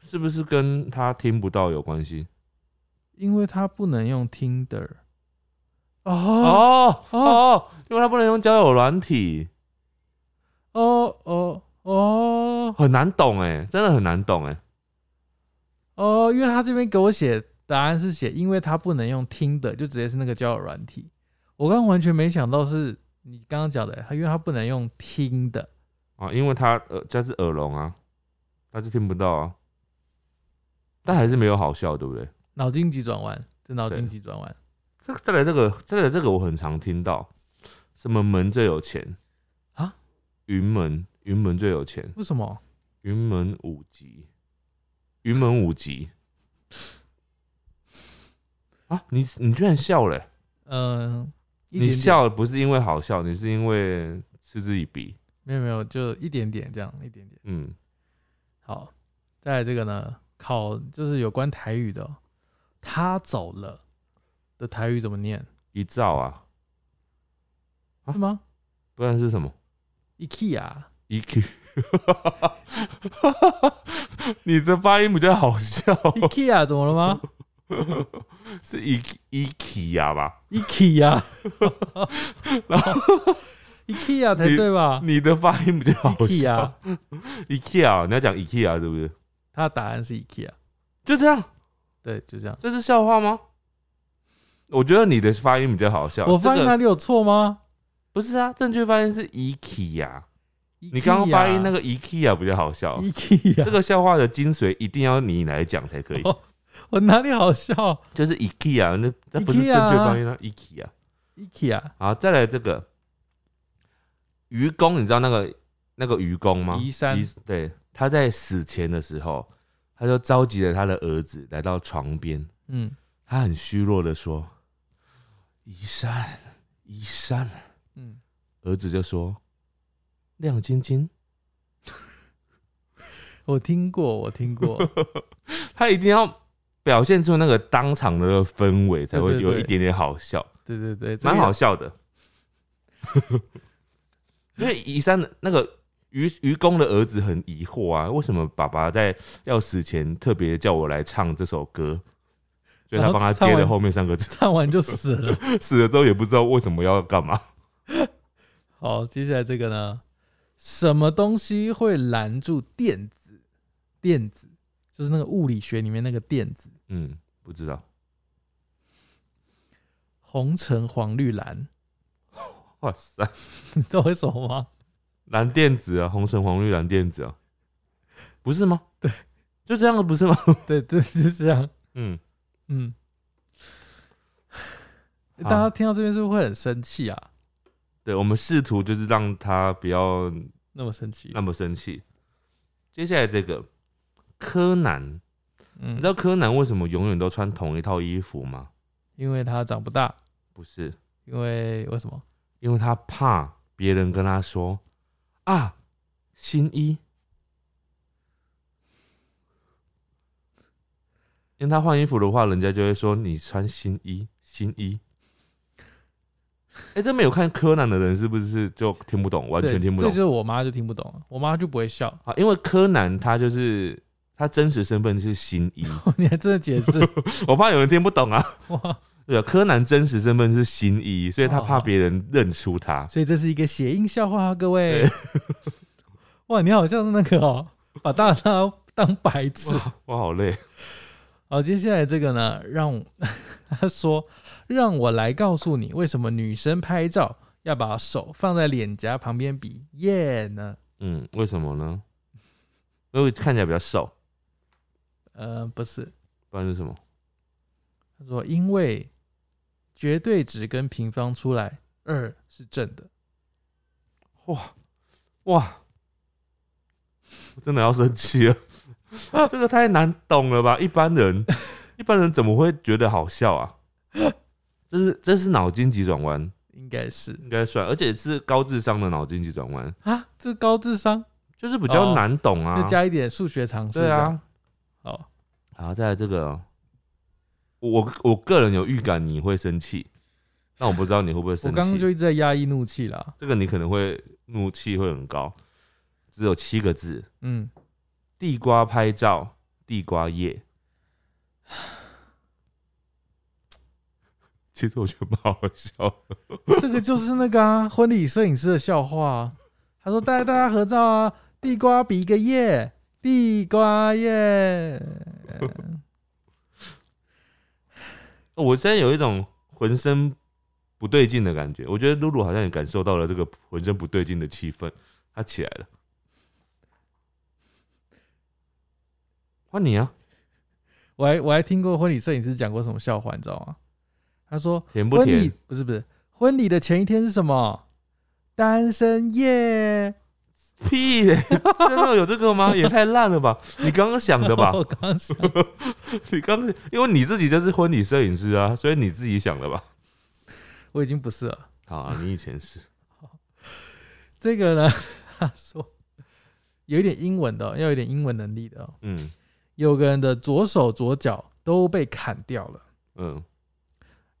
是不是跟他听不到有关系？因为他不能用 Tinder。哦哦哦哦，因为他不能用交友软体，哦哦哦很难懂哎，真的很难懂哎。哦，因为他这边给我写答案是写，因为他不能用 Tinder，就直接是那个交友软体。我刚刚完全没想到是你刚刚讲的，他因为他不能用听的啊，因为他呃，他是耳聋啊，他就听不到啊。但还是没有好笑，对不对？脑筋急转弯，这脑对筋急转弯这再来这个，再来这个，我很常听到，什么门最有钱啊？云门，云门最有钱，为什么？云门五级，云门五级。啊，你你居然笑了欸、嗯、一点你点笑不是因为好笑，你是因为嗤之以鼻。没有没有，就一点点这样，一点点。嗯，好，再来这个呢，考就是有关台语的哦、他走了的台语怎么念？一兆啊，啊是吗不然是什么？？E ？IKEA。 EQ，你的发音比较好 笑， IKEA 怎么了吗是 E IKEA 吧？ ？IKEA，IKEA 才对吧你的发音比较好？IKEA，笑，IKEA，你要讲 IKEA 对不对？它的答案是 IKEA，就这样，对，就这样。这是笑话吗？我觉得你的发音比较好笑。我发啊这音个哪里有错吗？不是啊，正确发音是 IKEA，你刚刚发音那个 IKEA 比较好笑。 IKEA，这个笑话的精髓一定要你来讲才可哦以，我哪里好笑就是 IKEA，那那不是 IKEA 正确发音啊，IKEA。 ？IKEA 好，再来这个愚公，你知道那个那个愚公吗？移山对，他在死前的时候，他就召集了他的儿子来到床边，嗯他很虚弱的说：“移山，移山。嗯，”儿子就说：“亮晶晶。我听过，我听 过，”他一定要表现出那个当场的氛围，才对会对对有一点点好笑，对对对，这个蛮好笑的。 因为移山的那个愚愚公的儿子很疑惑啊，为什么爸爸在要死前特别叫我来唱这首歌？所以然他后帮他唱接了完后面三个字， 唱完就死了。 死了之后也不知道为什么要干嘛。好，接下来这个呢，什么东西会拦住电子？电子就是那个物理学里面那个电子，嗯，不知道。红橙黄绿蓝，哇塞， 你知道为什么吗？蓝靛紫啊，红橙黄绿蓝靛紫啊，不是吗？对，就这样啊的不是吗？对对，就是这样。嗯，嗯，大好家听到这边是不是会很生气啊？对，我们试图就是让他不要那么生气那？么生气。接下来这个柯南，嗯，你知道柯南为什么永远都穿同一套衣服吗？因为他长不大，不是，因为为什么？因为他怕别人跟他说啊，新一，因为他换衣服的话，人家就会说你穿新衣，新衣。哎、这没有看柯南的人是不是就听不懂，完全对听不懂这就？是我妈就听不懂了，我妈就不会笑。 啊，因为柯南他就是他真实身份是新 一，你还真的解 释我怕有人听不懂啊。哇？对啊，柯南真实身份是新一，所以他哦怕别人认出他。所以这是一个谐音笑话、啊，各位。哇，你好像是那个哦，把大家当白痴。我好累，好，接下来这个呢，让我 他说让我来告诉你为什么女生拍照要把手放在脸颊旁边比耶呢？嗯，为什么呢？因为看起来比较瘦，呃，不是，不然是什么？他说因为绝对值跟平方出来二是正的。哇，我真的要生 气了，这个太难懂了吧？一般人，一般人怎么会觉得好笑啊？这是这是脑筋急转弯，应该是应该算，而且是高智商的脑筋急转弯，啊，这高智商，就是比较哦难懂啊。再加一点数学常识。对啊，，好，然后再来这个，我我我个人有预感你会生气，但我不知道你会不会我生气。刚刚就一直在压抑怒气啦。这个你可能会怒气会很高，只有七个字：嗯，地瓜拍照，地瓜叶。 其实我觉得蛮好笑， 这个就是那个啊，婚礼摄影师的笑话、啊。他说带大家合照啊，地瓜比一个耶，地瓜 耶。我现在有一种浑身不对劲的感觉。我觉得露露好像也感受到了这个浑身不对劲的气氛，她起来了。换你啊，我还我还听过婚礼摄影师讲过什么笑话，你知道吗？他说甜不婚礼甜？不是不是婚礼的前一天是什么？单身夜。屁、欸！ 真的有这个吗？也太烂了吧！你刚刚想的吧？我刚刚想， 你刚刚因为你自己就是婚礼摄影师啊，所以你自己想的吧？ 我已经不是了。好啊，你以前是这个呢， 他说有一点英文的哦、要有点英文能力的、哦。嗯有个人的左手左脚都被砍掉了。嗯，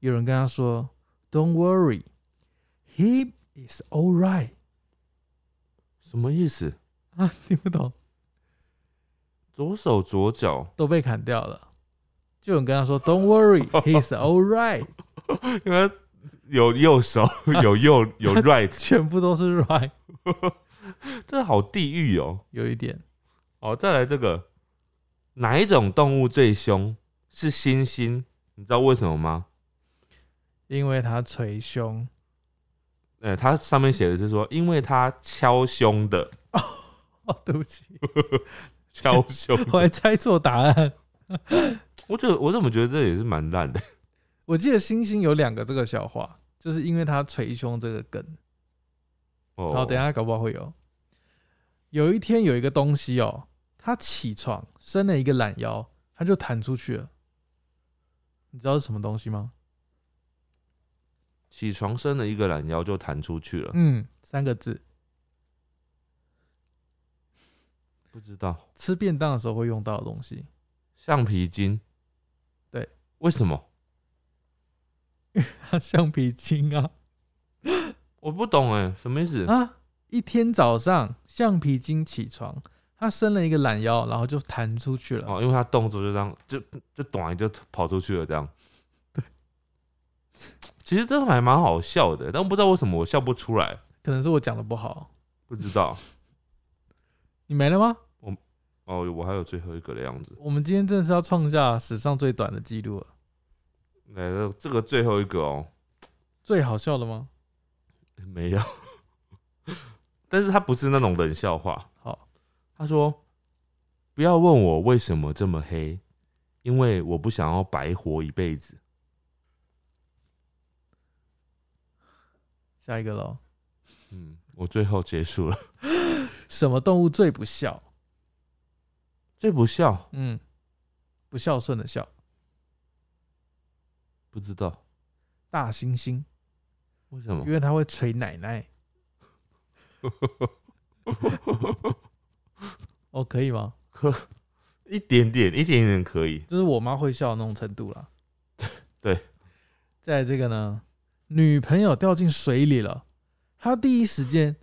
有人跟他说：“Don't worry, he is all right。 什么意思？”啊，听不懂，左手左脚，都被砍掉了。就有人跟他说：“Don't worry, he is all right。 因为有右 手有右 有 right，” 全部都是 right，这好地狱哦！有一点哦，再来这个，哪一种动物最凶？是猩猩，你知道为什么吗？因为他捶胸。呃，它上面写的是说，因为它敲胸 的，哦，对不起，敲胸的。我还猜错答案。我觉得我怎么觉得这也是蛮烂的？我记得星星有两个这个笑话，就是因为他捶胸这个梗。哦，好，等一下搞不好会有。有一天有一个东西哦，他起床伸了一个懒腰，他就弹出去了。你知道是什么东西吗？起床伸了一个懒腰就弹出去了，嗯，三个字，不知道吃便当的时候会用到的东西。 橡皮筋，对，为什么？橡皮筋啊我不懂哎、什么意思？啊！一天早上，橡皮筋起床，他伸了一个懒腰，然后就弹出去了。哦，因为他动作就这样，就就短就跑出去 了这样。对，其实这个还蛮好笑的，但我不知道为什么我笑不出来，可能是我讲的不好，不知道。你没了吗？哦，我还有最后一个的样子，我们今天真的是要创下史上最短的记录了，来，哎这个最后一个哦，最好笑的吗？没有， 但是他不是那种冷笑话，好，他说：“不要问我为什么这么黑，因为我不想要白活一辈子。下一个喽。”嗯，我最后结束了。 什么动物最不笑？最不笑嗯，不孝顺的孝，不知道大猩猩，为什么因。为它会捶奶奶。哦，可以吗？可一点点，一点点可以。 就是我妈会笑的那种程度啦。对，在这个呢，女朋友掉进水里了，她第一时间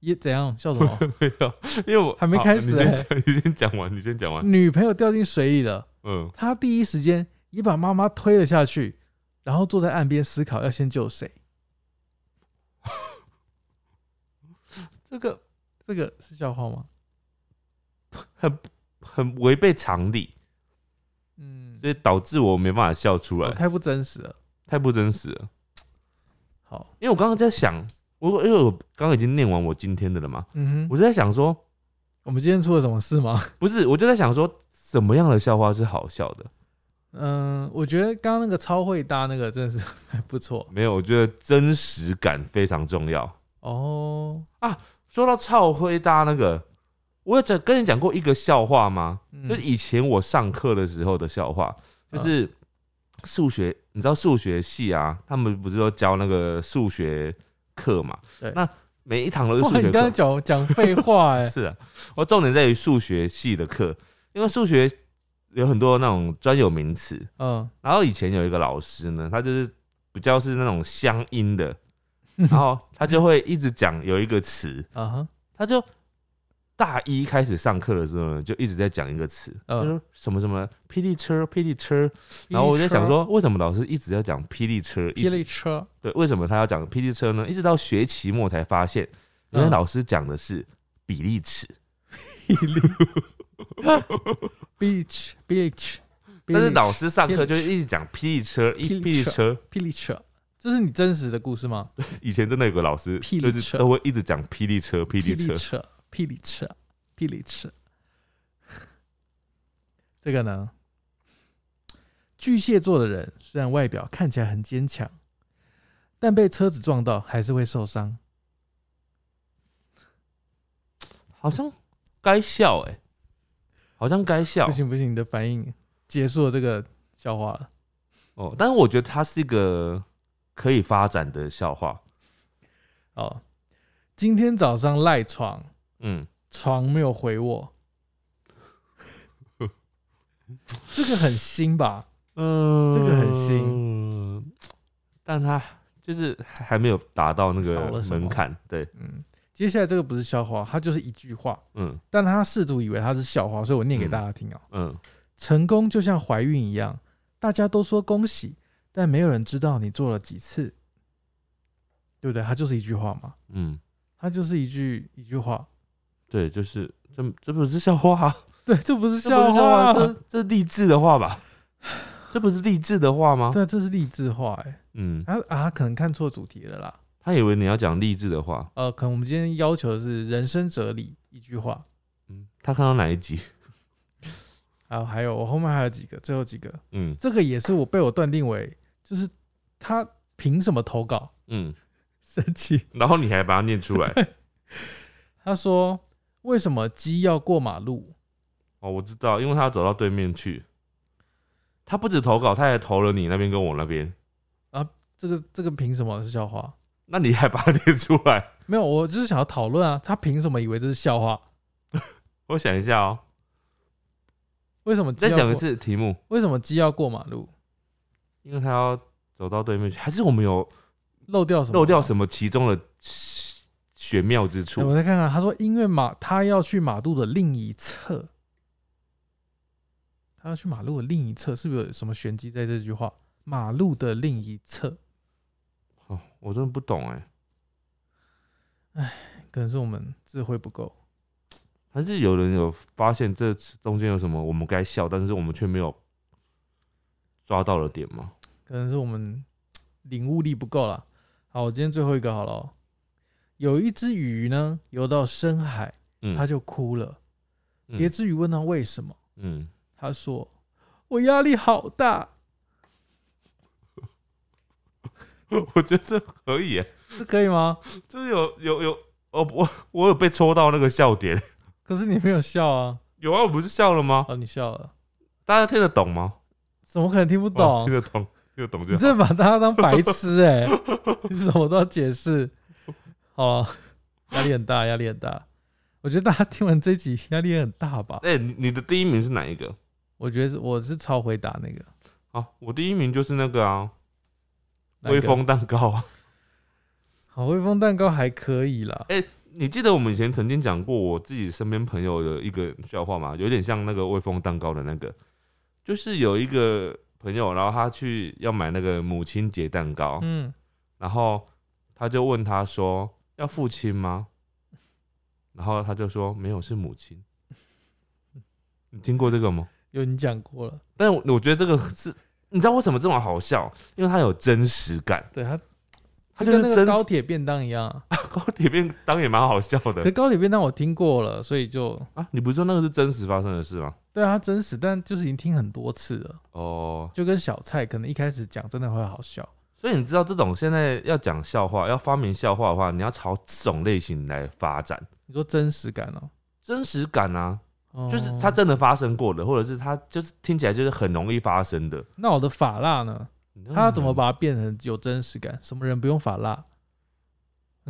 也怎样笑什 么？没有，啊因为我还没好开始你先欸嗯讲， 你先讲完，你先讲完。女朋友掉进水里了，嗯，她第一时间也把妈妈推了下去，然后坐在岸边思考要先救谁。这个这个是笑话吗？很违背常理，嗯，所以导致我没办法笑出哦来，太不真实了。太不真实了。好，因为我刚刚在想，我因为我刚刚已经念完我今天的了嘛，嗯哼，我就在想说，我们今天出了什么事吗？ 不是，我就在想说，什么样的笑话是好笑的？嗯，我觉得刚刚那个超会搭那个真的是还不错没有，我觉得真实感非常重要。哦。说到超灰搭那个，我有讲跟你讲过一个笑话吗？嗯就是以前我上课的时候的笑话，嗯就是数学，你知道数学系啊，他们不是都教那个数学课嘛？对那每一堂都是数哇，学你刚课刚。讲讲废话哎、是啊，我重点在于数学系的课，因为数学有很多那种专有名词，嗯，然后以前有一个老师呢，他就是比较是那种乡音的，然后他就会一直讲有一个词，啊哈，他就大一开始上课的时候呢，就一直在讲一个词，嗯他说什么什么霹雳车，霹雳车。然后我就想说，为什么老师一直要讲霹雳车？一霹直雳车，对，为什么他要讲霹雳车呢？一直到学期末才发现，嗯原来老师讲的是比例尺。 beach beach， 但是老师上课就一直讲霹雳车，一霹雳霹雳车车。霹雳车，这是你真实的故事吗？以前真的有个老师，霹雳就是车都会一直讲霹雳车，霹雳霹车雳。车，霹雳车，霹雳车。这个呢，巨蟹座的人虽然外表看起来很坚强，但被车子撞到还是会受伤。好像该笑哎、好像该笑不行不行，你的反应结束了这个笑话了。哦。但是我觉得它是一个可以发展的笑话。哦，今天早上赖床，嗯，床没有回我，这个很新吧？嗯，这个很新，但他就是还还没有达到那少个了什么门槛。对，嗯，接下来这个不是笑话，它就是一句话，嗯但他试图以为它是笑话，所以我念给嗯大家听哦。嗯，成功就像怀孕一样，大家都说恭喜，但没有人知道你做了几次，对不对？它就是一句话嘛，嗯，它就是一句一句话。对，就是这这不是笑话啊，对，这不是这笑不是话，这这励志的话吧？这不是励志的话吗？对，这是励志话哎、嗯，他啊，他可能看错主题了啦。他以为你要讲励志的话。呃，可能我们今天要求的是人生哲理一句话，嗯，他看到哪一集？然后啊还有我后面还有几个，最后几个，嗯这个也是我被我断定为，就是他凭什么投稿？嗯，生气。然后你还把它念出来。他说为什么鸡要过马路？哦，我知道，因为他要走到对面去。他不止投稿，他还投了你那边跟我那边，这个这个凭什么是笑话？那你还把它念出来？没有，我就是想要讨论啊，他凭什么以为这是笑话？我想一下哦，为什么鸡再要讲一过次题目，为什么鸡要过马路？因为他要走到对面去，还是我们有漏掉什么？漏掉什么其中的玄妙之哎我处？再看看，他说因为马他要去马路的另一侧，他要去马路的另一侧，是不是有什么玄机在这句话？马路的另一侧，哦，我真的不懂哎，可能是我们智慧不够。还是有人有发现这中间有什么我们该笑，但是我们却没有抓到的点吗？可能是我们领悟力不够啦。好，我今天最后一个好了哦、有一只鱼呢游到深海，嗯，它就哭了。别嗯只鱼问它为什么，嗯， 它说：“我压力好大。我觉得这可以欸，”这可以吗？就是有有有哦，我我有被戳到那个笑点，可是你没有笑啊！呃有啊，我不是笑了吗？哦，你笑了。大家听得懂吗？怎么可能听不哦懂听？得懂，听得懂你就好。真的把大家当白 痴哎、你什么都要解释，好啊，压力很大，压力很大。我觉得大家听完这一集压力也很大吧？哎、你你的第一名是哪一个？我觉得是我是超回答那个啊，我第一名就是那个啊，那个威风蛋糕啊。 好威风蛋糕还可以啦，你记得我们以前曾经讲过我自己身边朋友的一个笑话吗？有点像那个威风蛋糕的那个，就是有一个朋友，然后他去要买那个母亲节蛋糕，嗯，然后他就问他说要父亲吗？然后他就说没有，是母亲。你听过这个吗？有你讲过了，但我我觉得这个是，你知道为什么这么好笑？因为它有真实感，对他，它就就跟是那个真高实。铁便当一样啊，高铁便当也蛮好笑可的是高铁便当我听过了，所以就啊！你不是说那个是真实发生的事吗？对啊，它真实，但就是已经听很多次了，哦，就跟小蔡可能一开始讲真的会好笑，所以你知道这种现在要讲笑话，要发明笑话的话，你要朝这种类型来发展，你说真实感哦、真实感啊，哦就是它真的发生过的，或者是它就是听起来就是很容易发生的。那我的法蜡呢？嗯他要怎么把它变成有真实感？什么人不用发蜡？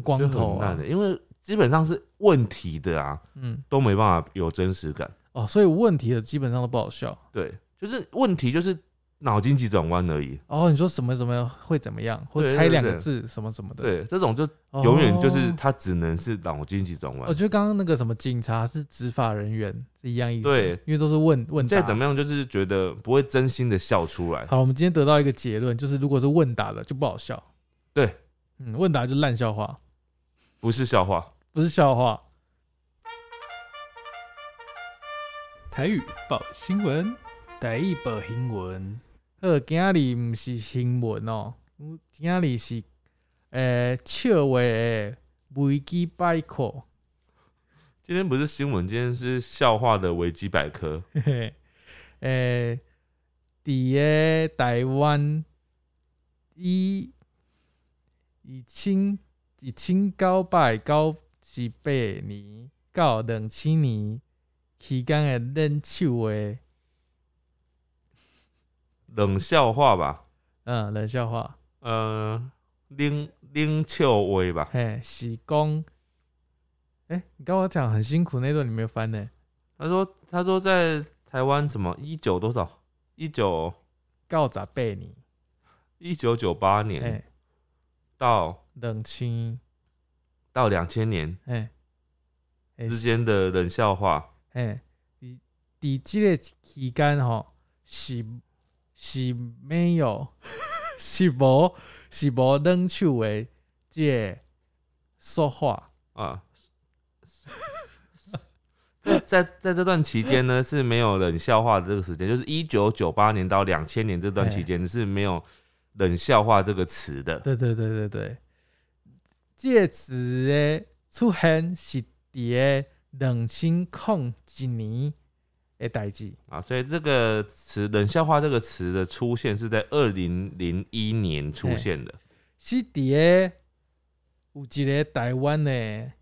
光就头很啊烂，欸的？因为基本上是问题的啊，嗯，都没办法有真实感。哦，所以问题的基本上都不好笑。对，就是问题就是脑筋急转弯而已。哦，你说什么什么会怎么样，或对对猜两个对字什么什么的，对，这种就哦永远就是它只能是脑筋急转弯我。觉得哦刚刚那个什么警察是执法人员是一样意思，对因为都是问问你答。再怎么样，就是觉得不会真心的笑出来。好，我们今天得到一个结论，就是如果是问答的就不好笑。对，嗯，问答就烂笑话，不是笑话。不是笑话。台语报新闻。台语报新闻，好，今日毋是新闻哦，今日是诶笑话的维基百科。今天不是新闻，今天是笑话的维基百科。嘿嘿， 诶，伫诶台湾一一千一千九百九十八年到两千年期间诶冷笑话，冷笑话吧，嗯，冷笑话。呃，冷冷笑话吧，嘿，喜功。哎、你跟我讲很辛苦那段你没有翻呢、他说，他说在台湾什么一九多少一九告咋背你？一九九八哎、年到冷清，到两千年哎、哎之间的冷笑话，哎，你你这个期间吼是是没有 是无是无冷手的这个说话，啊。在在在这段期间呢，是没有冷笑话的这个时间，就是一九九八年到两千年这段期间是没有冷笑话这个词的。对对对对对，这个词的出现是伫个两千零一年的代志。啊，所以这个词“冷笑话”这个词的出现是在二零零一年出现的。是伫个有一个台湾的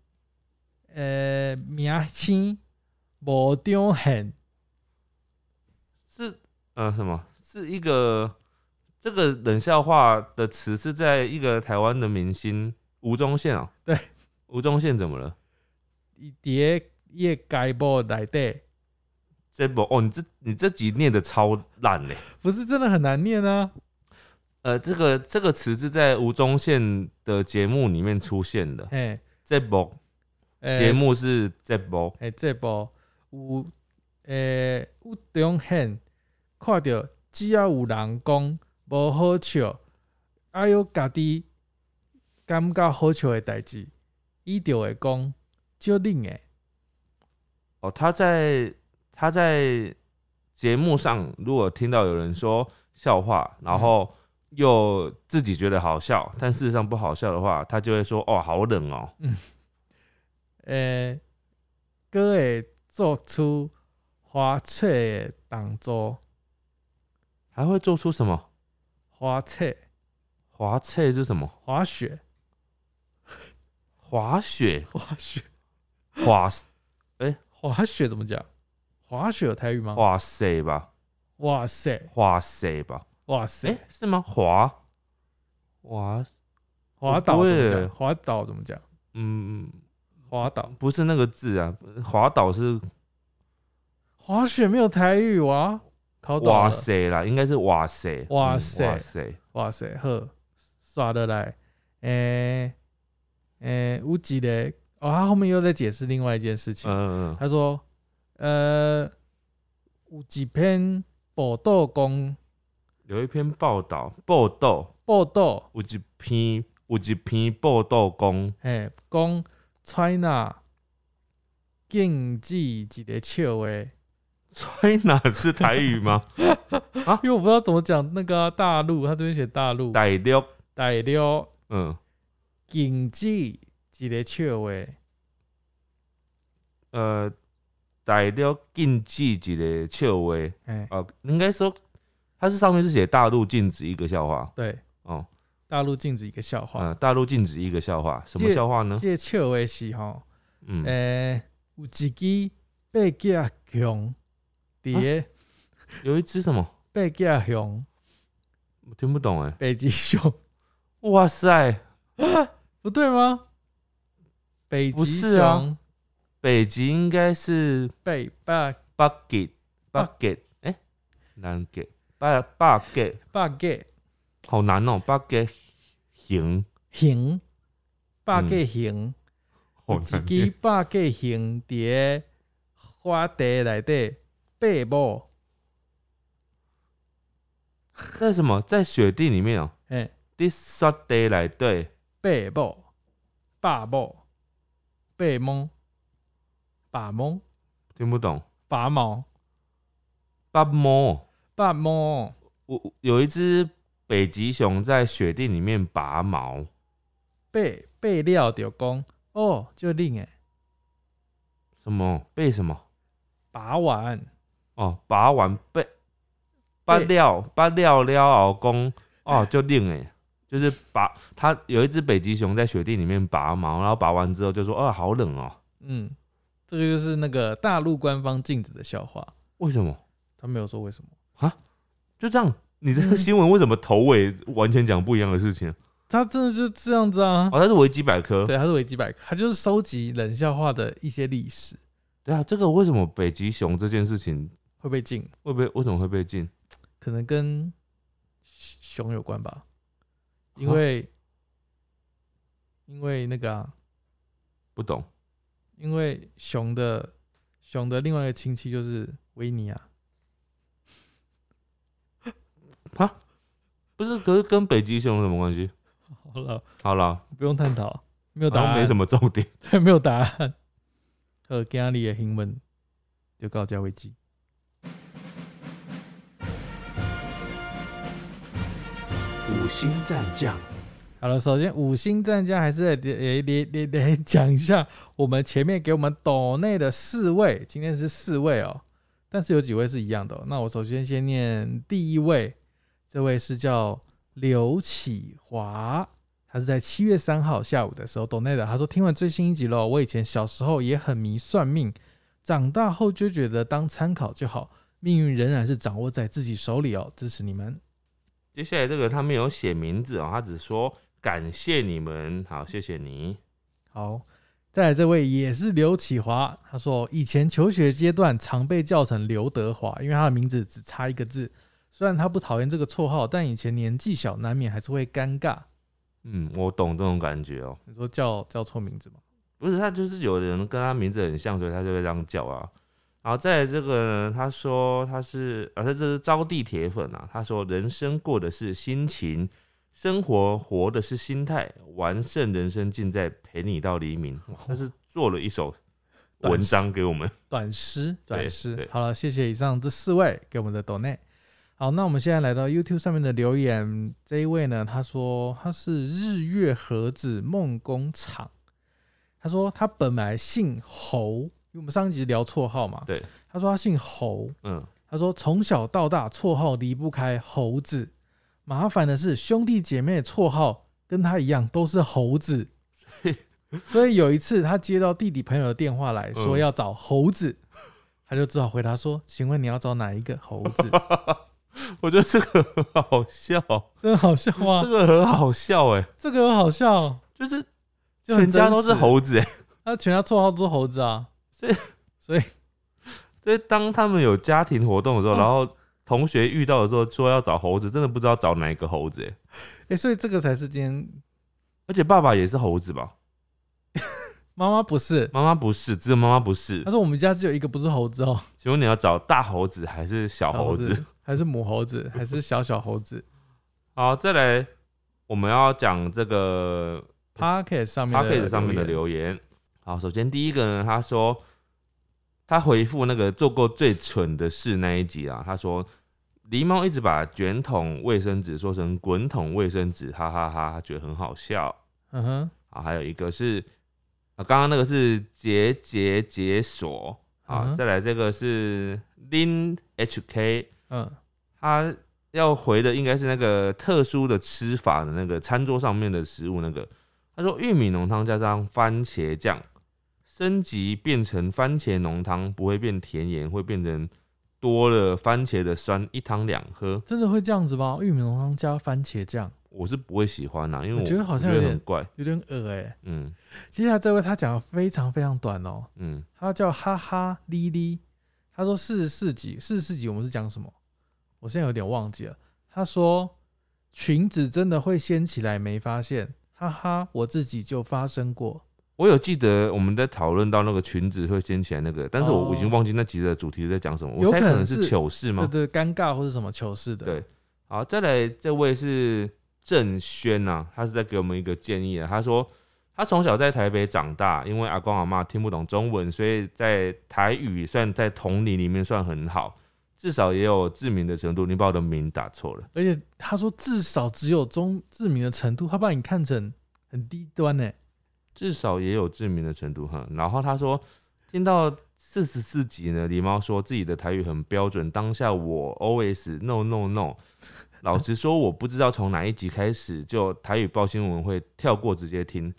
呃明星无中现，是呃什么？是一个这个冷笑话的词是在一个台湾的明星吴宗宪哦。对，吴宗宪怎么了？伊伫个伊个家报内底，这不哦，你这你这集念的超烂嘞。不是真的很难念啊。呃，这个这个词是在吴宗宪的节目里面出现的。嘿，这不呃节目是这不诶，这部有诶有中现，看着只要有人讲无好笑，还有家己感觉好笑的代志，伊就会讲少恁诶。哦，他在他在节目上，如果听到有人说笑话，然后又自己觉得好笑，但事实上不好笑的话，他就会说：“哦，好冷哦。诶，佫会做出花册的动作，”还会做出什么？花册滑车是什么？滑雪滑雪？滑雪滑滑雪怎么讲？滑雪有台语吗？滑塞吧？哇塞，哇塞吧？哇哎、塞，是吗？华哇，滑倒怎么不会讲？滑倒怎么讲？嗯，滑倒，不是那个字啊，滑倒是滑雪没有台语哇，考倒哇了。塞啦，应该是哇塞，哇嗯塞哇塞，哇塞，呵，耍得来。诶、诶，无极的哦，他后面又在解释另外一件事情。嗯嗯他说，呃，有一篇报道讲，有一篇报道报道，报道，有一篇有一篇报道讲， 诶，讲 China 禁止一个笑话， China 是台 语吗？因为我不知道怎么讲那个啊、大陆，他这边写大陆，大陆，大陆嗯禁止一个笑话，呃，大陆禁止一个笑话，诶，呃，应该说它是上面是写大陆禁止一个笑话，对，哦，大陆禁止一个笑话。呃，大陆禁止一个笑话，什么这笑话呢？这个笑话是吼，嗯，诶、有一支八甲熊，伫啊个有一只什么八甲熊，我听不懂哎，北极熊， 哇塞，不对吗？北不极是熊，啊北极应该是北八 bucket 啊 bucket，哎、难 get b u g e t 八个好难哦，bucket 行，熊，八嗯个熊，好有一难支 get 八个熊伫个花地内底爬步，在什么在雪地里面哦、诶、 This Saturday 来对爬步，霸步，爬懵，霸懵，听不懂。拔毛，八猫拔毛。我有一只北极熊在雪地里面拔毛，背背料就讲哦，就令诶什么被什么把玩哦，拔完被拔料拔料料老公哦，就令哎，就是拔它有一只北极熊在雪地里面拔毛，然后拔完之后就说哦，好冷哦，嗯，这个就是那个大陆官方禁止的笑话，为什么他没有说为什么，就这样？你这嗯个新闻为什么头尾完全讲不一样的事情？他真的就这样子啊。哦，它是维基百科。嗯对，他是维基百科，他就是收集冷笑话的一些历史，对啊，这个为什么北极熊这件事情会被禁，会被为什么会被禁？可能跟熊有关吧，因为因为那个啊，不懂。因为熊的熊的另外一个亲戚就是维尼啊，不是，可是跟北极熊有什么关系？哦好了，好了，不用探讨，没有答好像案，没什么重点。对， 没有答案。呃，今仔日的新闻就到这为止。五星战将，好了，首先五星战将还是得得得得得讲一下，我们前面给我们岛内的四位，今天是四位哦，但是有几位是一样的、哦。那我首先先念第一位，这位是叫刘启华，他是在七月三号下午的时候岛内的，他说听完最新一集了，我以前小时候也很迷算命，长大后就觉得当参考就好，命运仍然是掌握在自己手里哦，支持你们。接下来这个他没有写名字哦，他只说感谢你们，好，谢谢你。好，再来这位也是刘启华，他说以前求学阶段常被叫成刘德华，因为他的名字只差一个字。虽然他不讨厌这个绰号，但以前年纪小，难免还是会尴尬。嗯，我懂这种感觉哦。你说叫叫错名字吗？不是，他就是有的人跟他名字很像，所以他就会这样叫啊。然后再来这个呢，他说他是啊，他这是招娣铁粉啊。他说人生过的是心情，生活活的是心态，完胜人生尽在陪你到黎明。哇他是做了一首文章给我们。短诗，短诗对。好了，谢谢以上这四位给我们的 d o n a t 好，那我们现在来到 YouTube 上面的留言，这一位呢，他说他是日月盒子梦工厂，他说他本来姓侯，因为我们上一集聊绰号嘛，对，他说他姓侯，嗯，他说从小到大绰号离不开猴子，麻烦的是兄弟姐妹的绰号跟他一样都是猴 子，所以有一次他接到弟弟朋友的电话来嗯说要找猴子，他就只好回答说：“请问你要找哪一个猴 子 我觉得这个很好笑，？”真的好笑这啊！个很好笑哎、这个很好笑，就是就很全家都是真实，猴子哎、他全家绰号都是猴子啊。所以当他们有家庭活动的时候，然后同学遇到的时候说要找猴子，真的不知道找哪一个猴子、欸。哎、所以这个才是今天而且爸爸也是猴子吧？妈妈不是，妈妈不是，只有妈妈不是他。说我们家只有一个不是猴子哦，请问你要找大猴子还是小猴子？还是母猴子还是小小猴 子好，再来我们要讲这个？Pocket 上 p 面的 o c k e t 上面的言留言。好，首先第一个呢，他说他回复那个做过最蠢的事那一集啊，他说狸猫一直把卷筒卫生纸说成滚筒卫生纸，哈哈哈他觉得很好笑。嗯哼，啊，还有一个是啊，刚刚那个是结结解锁啊，嗯再来这个是 Lin HK，嗯，他要回的应该是那个特殊的吃法的那个餐桌上面的食物那个。他说玉米浓汤加上番茄酱，升级变成番茄浓汤，不会变甜盐，会变成多了番茄的酸，一汤两喝。真的会这样子吗？玉米浓汤加番茄酱，我我是不会喜欢啊啦、因为我我觉得好像有我觉得点很怪。有点恶哎、嗯接下来这位他讲的非常非常短哦，嗯，他叫哈哈哩哩，他说四十四集，四十四集我们是讲什么？我现在有点忘记了。他说裙子真的会掀起来，没发现，哈哈，我自己就发生过。我有记得我们在讨论到那个裙子会掀起来那个，但是我哦已经忘记那集的主题在讲什么。有我猜可可能能是是糗事对吗？对，尴尬或是什么糗事的。对好，再来这位是郑轩呐、啊，他是在给我们一个建议啊。他说他从小在台北长大，因为阿公阿妈听不懂中文，所以在台语算在同龄里面算很好，至少也有知名的程度。你把我的名打错了，而且他说至少只有中致命的程度，他把你看成很低端呢、欸至少也有知名的程度哈。然后他说听到。四十四集呢，狸猫说自己的台语很标准。当下我 always no no no，老实说，我不知道从哪一集开始就台语报新闻会跳过直接听。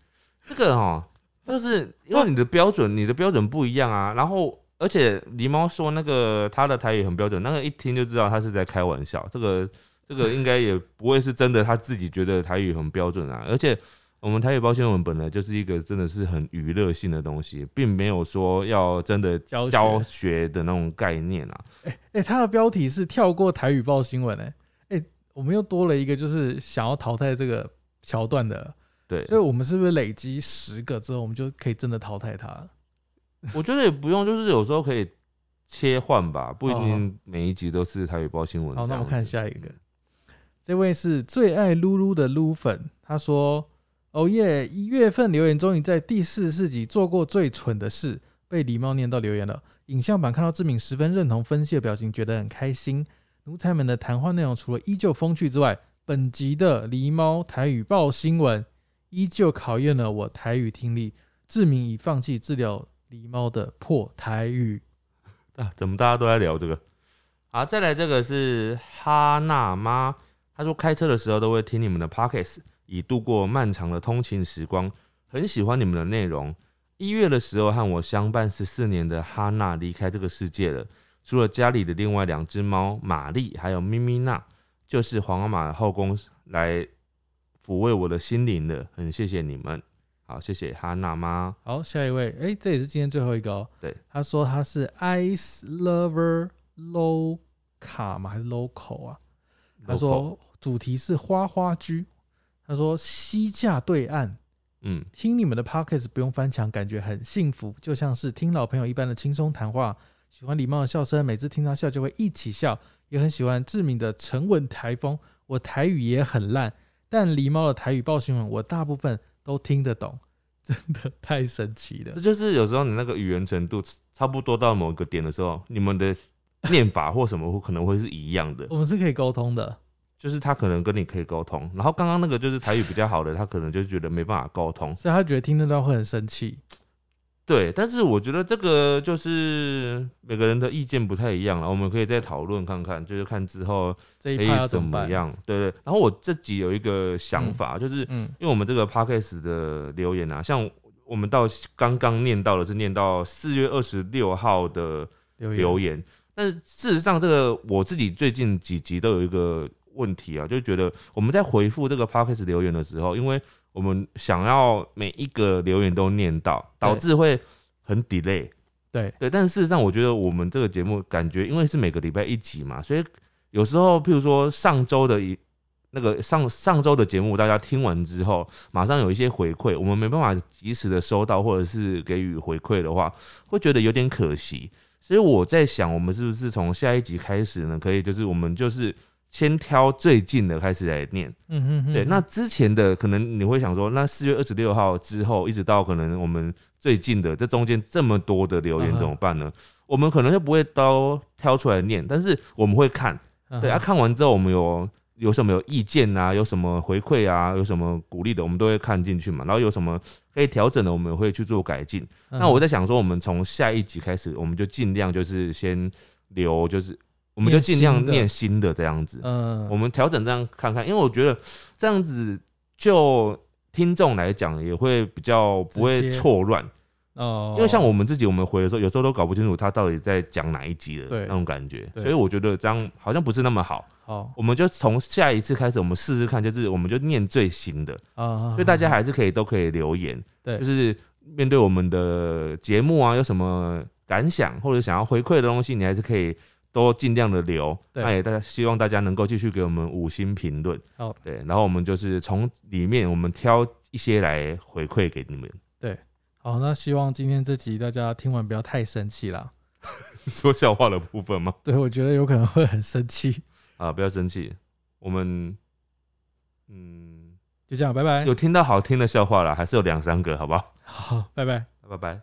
这个哦，就是因为你的标准，你的标准不一样啊。然后，而且狸猫说那个他的台语很标准，那个一听就知道他是在开玩笑。这个这个应该也不会是真的，他自己觉得台语很标准啊。而且。我们台语报新闻本来就是一个真的是很娱乐性的东西，并没有说要真的教教教学的那种概念啊。哎、他的标题是跳过台语报新闻哎、哎、我们又多了一个就是想要淘汰这个桥段的了，对，所以我们是不是累积十个之后，我们就可以真的淘汰他了？我觉得也不用，就是有时候可以切换吧，不一定每一集都是台语报新闻这好，样子。那我们看下一个，这位是最爱噜噜的噜粉，他说：“哦耶，一月份留言终于在第四十四集做过最蠢的事，被狸猫念到留言了。影像版看到志敏十分认同分析的表情，觉得很开心。奴才们的谈话内容除了依旧风趣之外，本集的狸猫台语报新闻依旧考验了我台语听力。志明已放弃治疗狸猫的破台语。啊，怎么大家都在聊这个？好，再来这个是哈娜妈，她说开车的时候都会听你们的 pockets，以度过漫长的通勤时光，很喜欢你们的内容。一月的时候和我相伴十四年的哈娜离开这个世界了，除了家里的另外两只猫玛丽还有咪咪娜，就是皇阿玛的后宫来抚慰我的心灵了，很谢谢你们。好，谢谢哈娜妈。好，下一位，哎、这也是今天最后一个哦。对，他说他是 Ice Lover Loca 嘛，还是 Local 啊？他 Local，说主题是花花居，他说西价对岸，嗯，听你们的 Podcast 不用翻墙，感觉很幸福，就像是听老朋友一般的轻松谈话。喜欢礼貌的笑声，每次听他笑就会一起笑，也很喜欢志明的沉稳台风。我台语也很烂，但狸猫的台语报新闻我大部分都听得懂，真的太神奇了这。就是有时候你那个语言程度差不多到某一个点的时候，你们的念法或什么会可能会是一样的，我们是可以沟通的。就是他可能跟你可以沟通，然后刚刚那个就是台语比较好的，他可能就觉得没办法沟通。所以他觉得听得到会很生气。对，但是我觉得这个就是每个人的意见不太一样了，我们可以再讨论看看，就是看之后这可一以趴要怎么么办？样。对对，然后我这集有一个想法，就是嗯，因为我们这个 podcast 的留言啊，像我们到刚刚念到的是念到四月二十六号的留言留言。但是事实上，这个我自己最近几集都有一个问题啊，就觉得我们在回复这个 podcast 留言的时候，因为我们想要每一个留言都念到，对导致会很 delay。对对，但是事实上，我觉得我们这个节目感觉，因为是每个礼拜一集嘛，所以有时候，譬如说上周的一那个上上周的节目，大家听完之后，马上有一些回馈，我们没办法及时的收到或者是给予回馈的话，会觉得有点可惜。所以我在想，我们是不是从下一集开始呢？可以，就是我们就是先挑最近的开始来念。嗯哼哼，对，那之前的可能你会想说，那四月二十六号之后，一直到可能我们最近的这中间这么多的留嗯言哼怎么办呢？我们可能就不会都挑出来念，但是我们会看，嗯哼对啊，看完之后我们有有什么有意见啊，有什么回馈啊，有什么鼓励的，我们都会看进去嘛。然后有什么可以调整的，我们会去做改进。嗯那我在想说，我们从下一集开始，我们就尽量就是先留，就是我们就尽念量新的念新的这样子。嗯，我们调整这样看看，因为我觉得这样子就听众来讲也会比较不直接会错乱，哦，因为像我们自己，我们回的时候有时候都搞不清楚他到底在讲哪一集的对那种感觉，对所以我觉得这样好像不是那么好。好我们就从下一次开始，我们试试看，就是我们就念最新的，啊，所以大家还是可以都可以留言，对就是面对我们的节目啊，有什么感想或者想要回馈的东西，你还是可以都尽量的留。对那也大家希望大家能够继续给我们五星评论，好对，然后我们就是从里面我们挑一些来回馈给你们， 好，那希望今天这集大家听完不要太生气啦。说笑话的部分吗？对，我觉得有可能会很生气。啊，不要生气，我们嗯就这样，拜拜。有听到好听的笑话了，还是有两三个，好不好？好，拜拜。拜拜。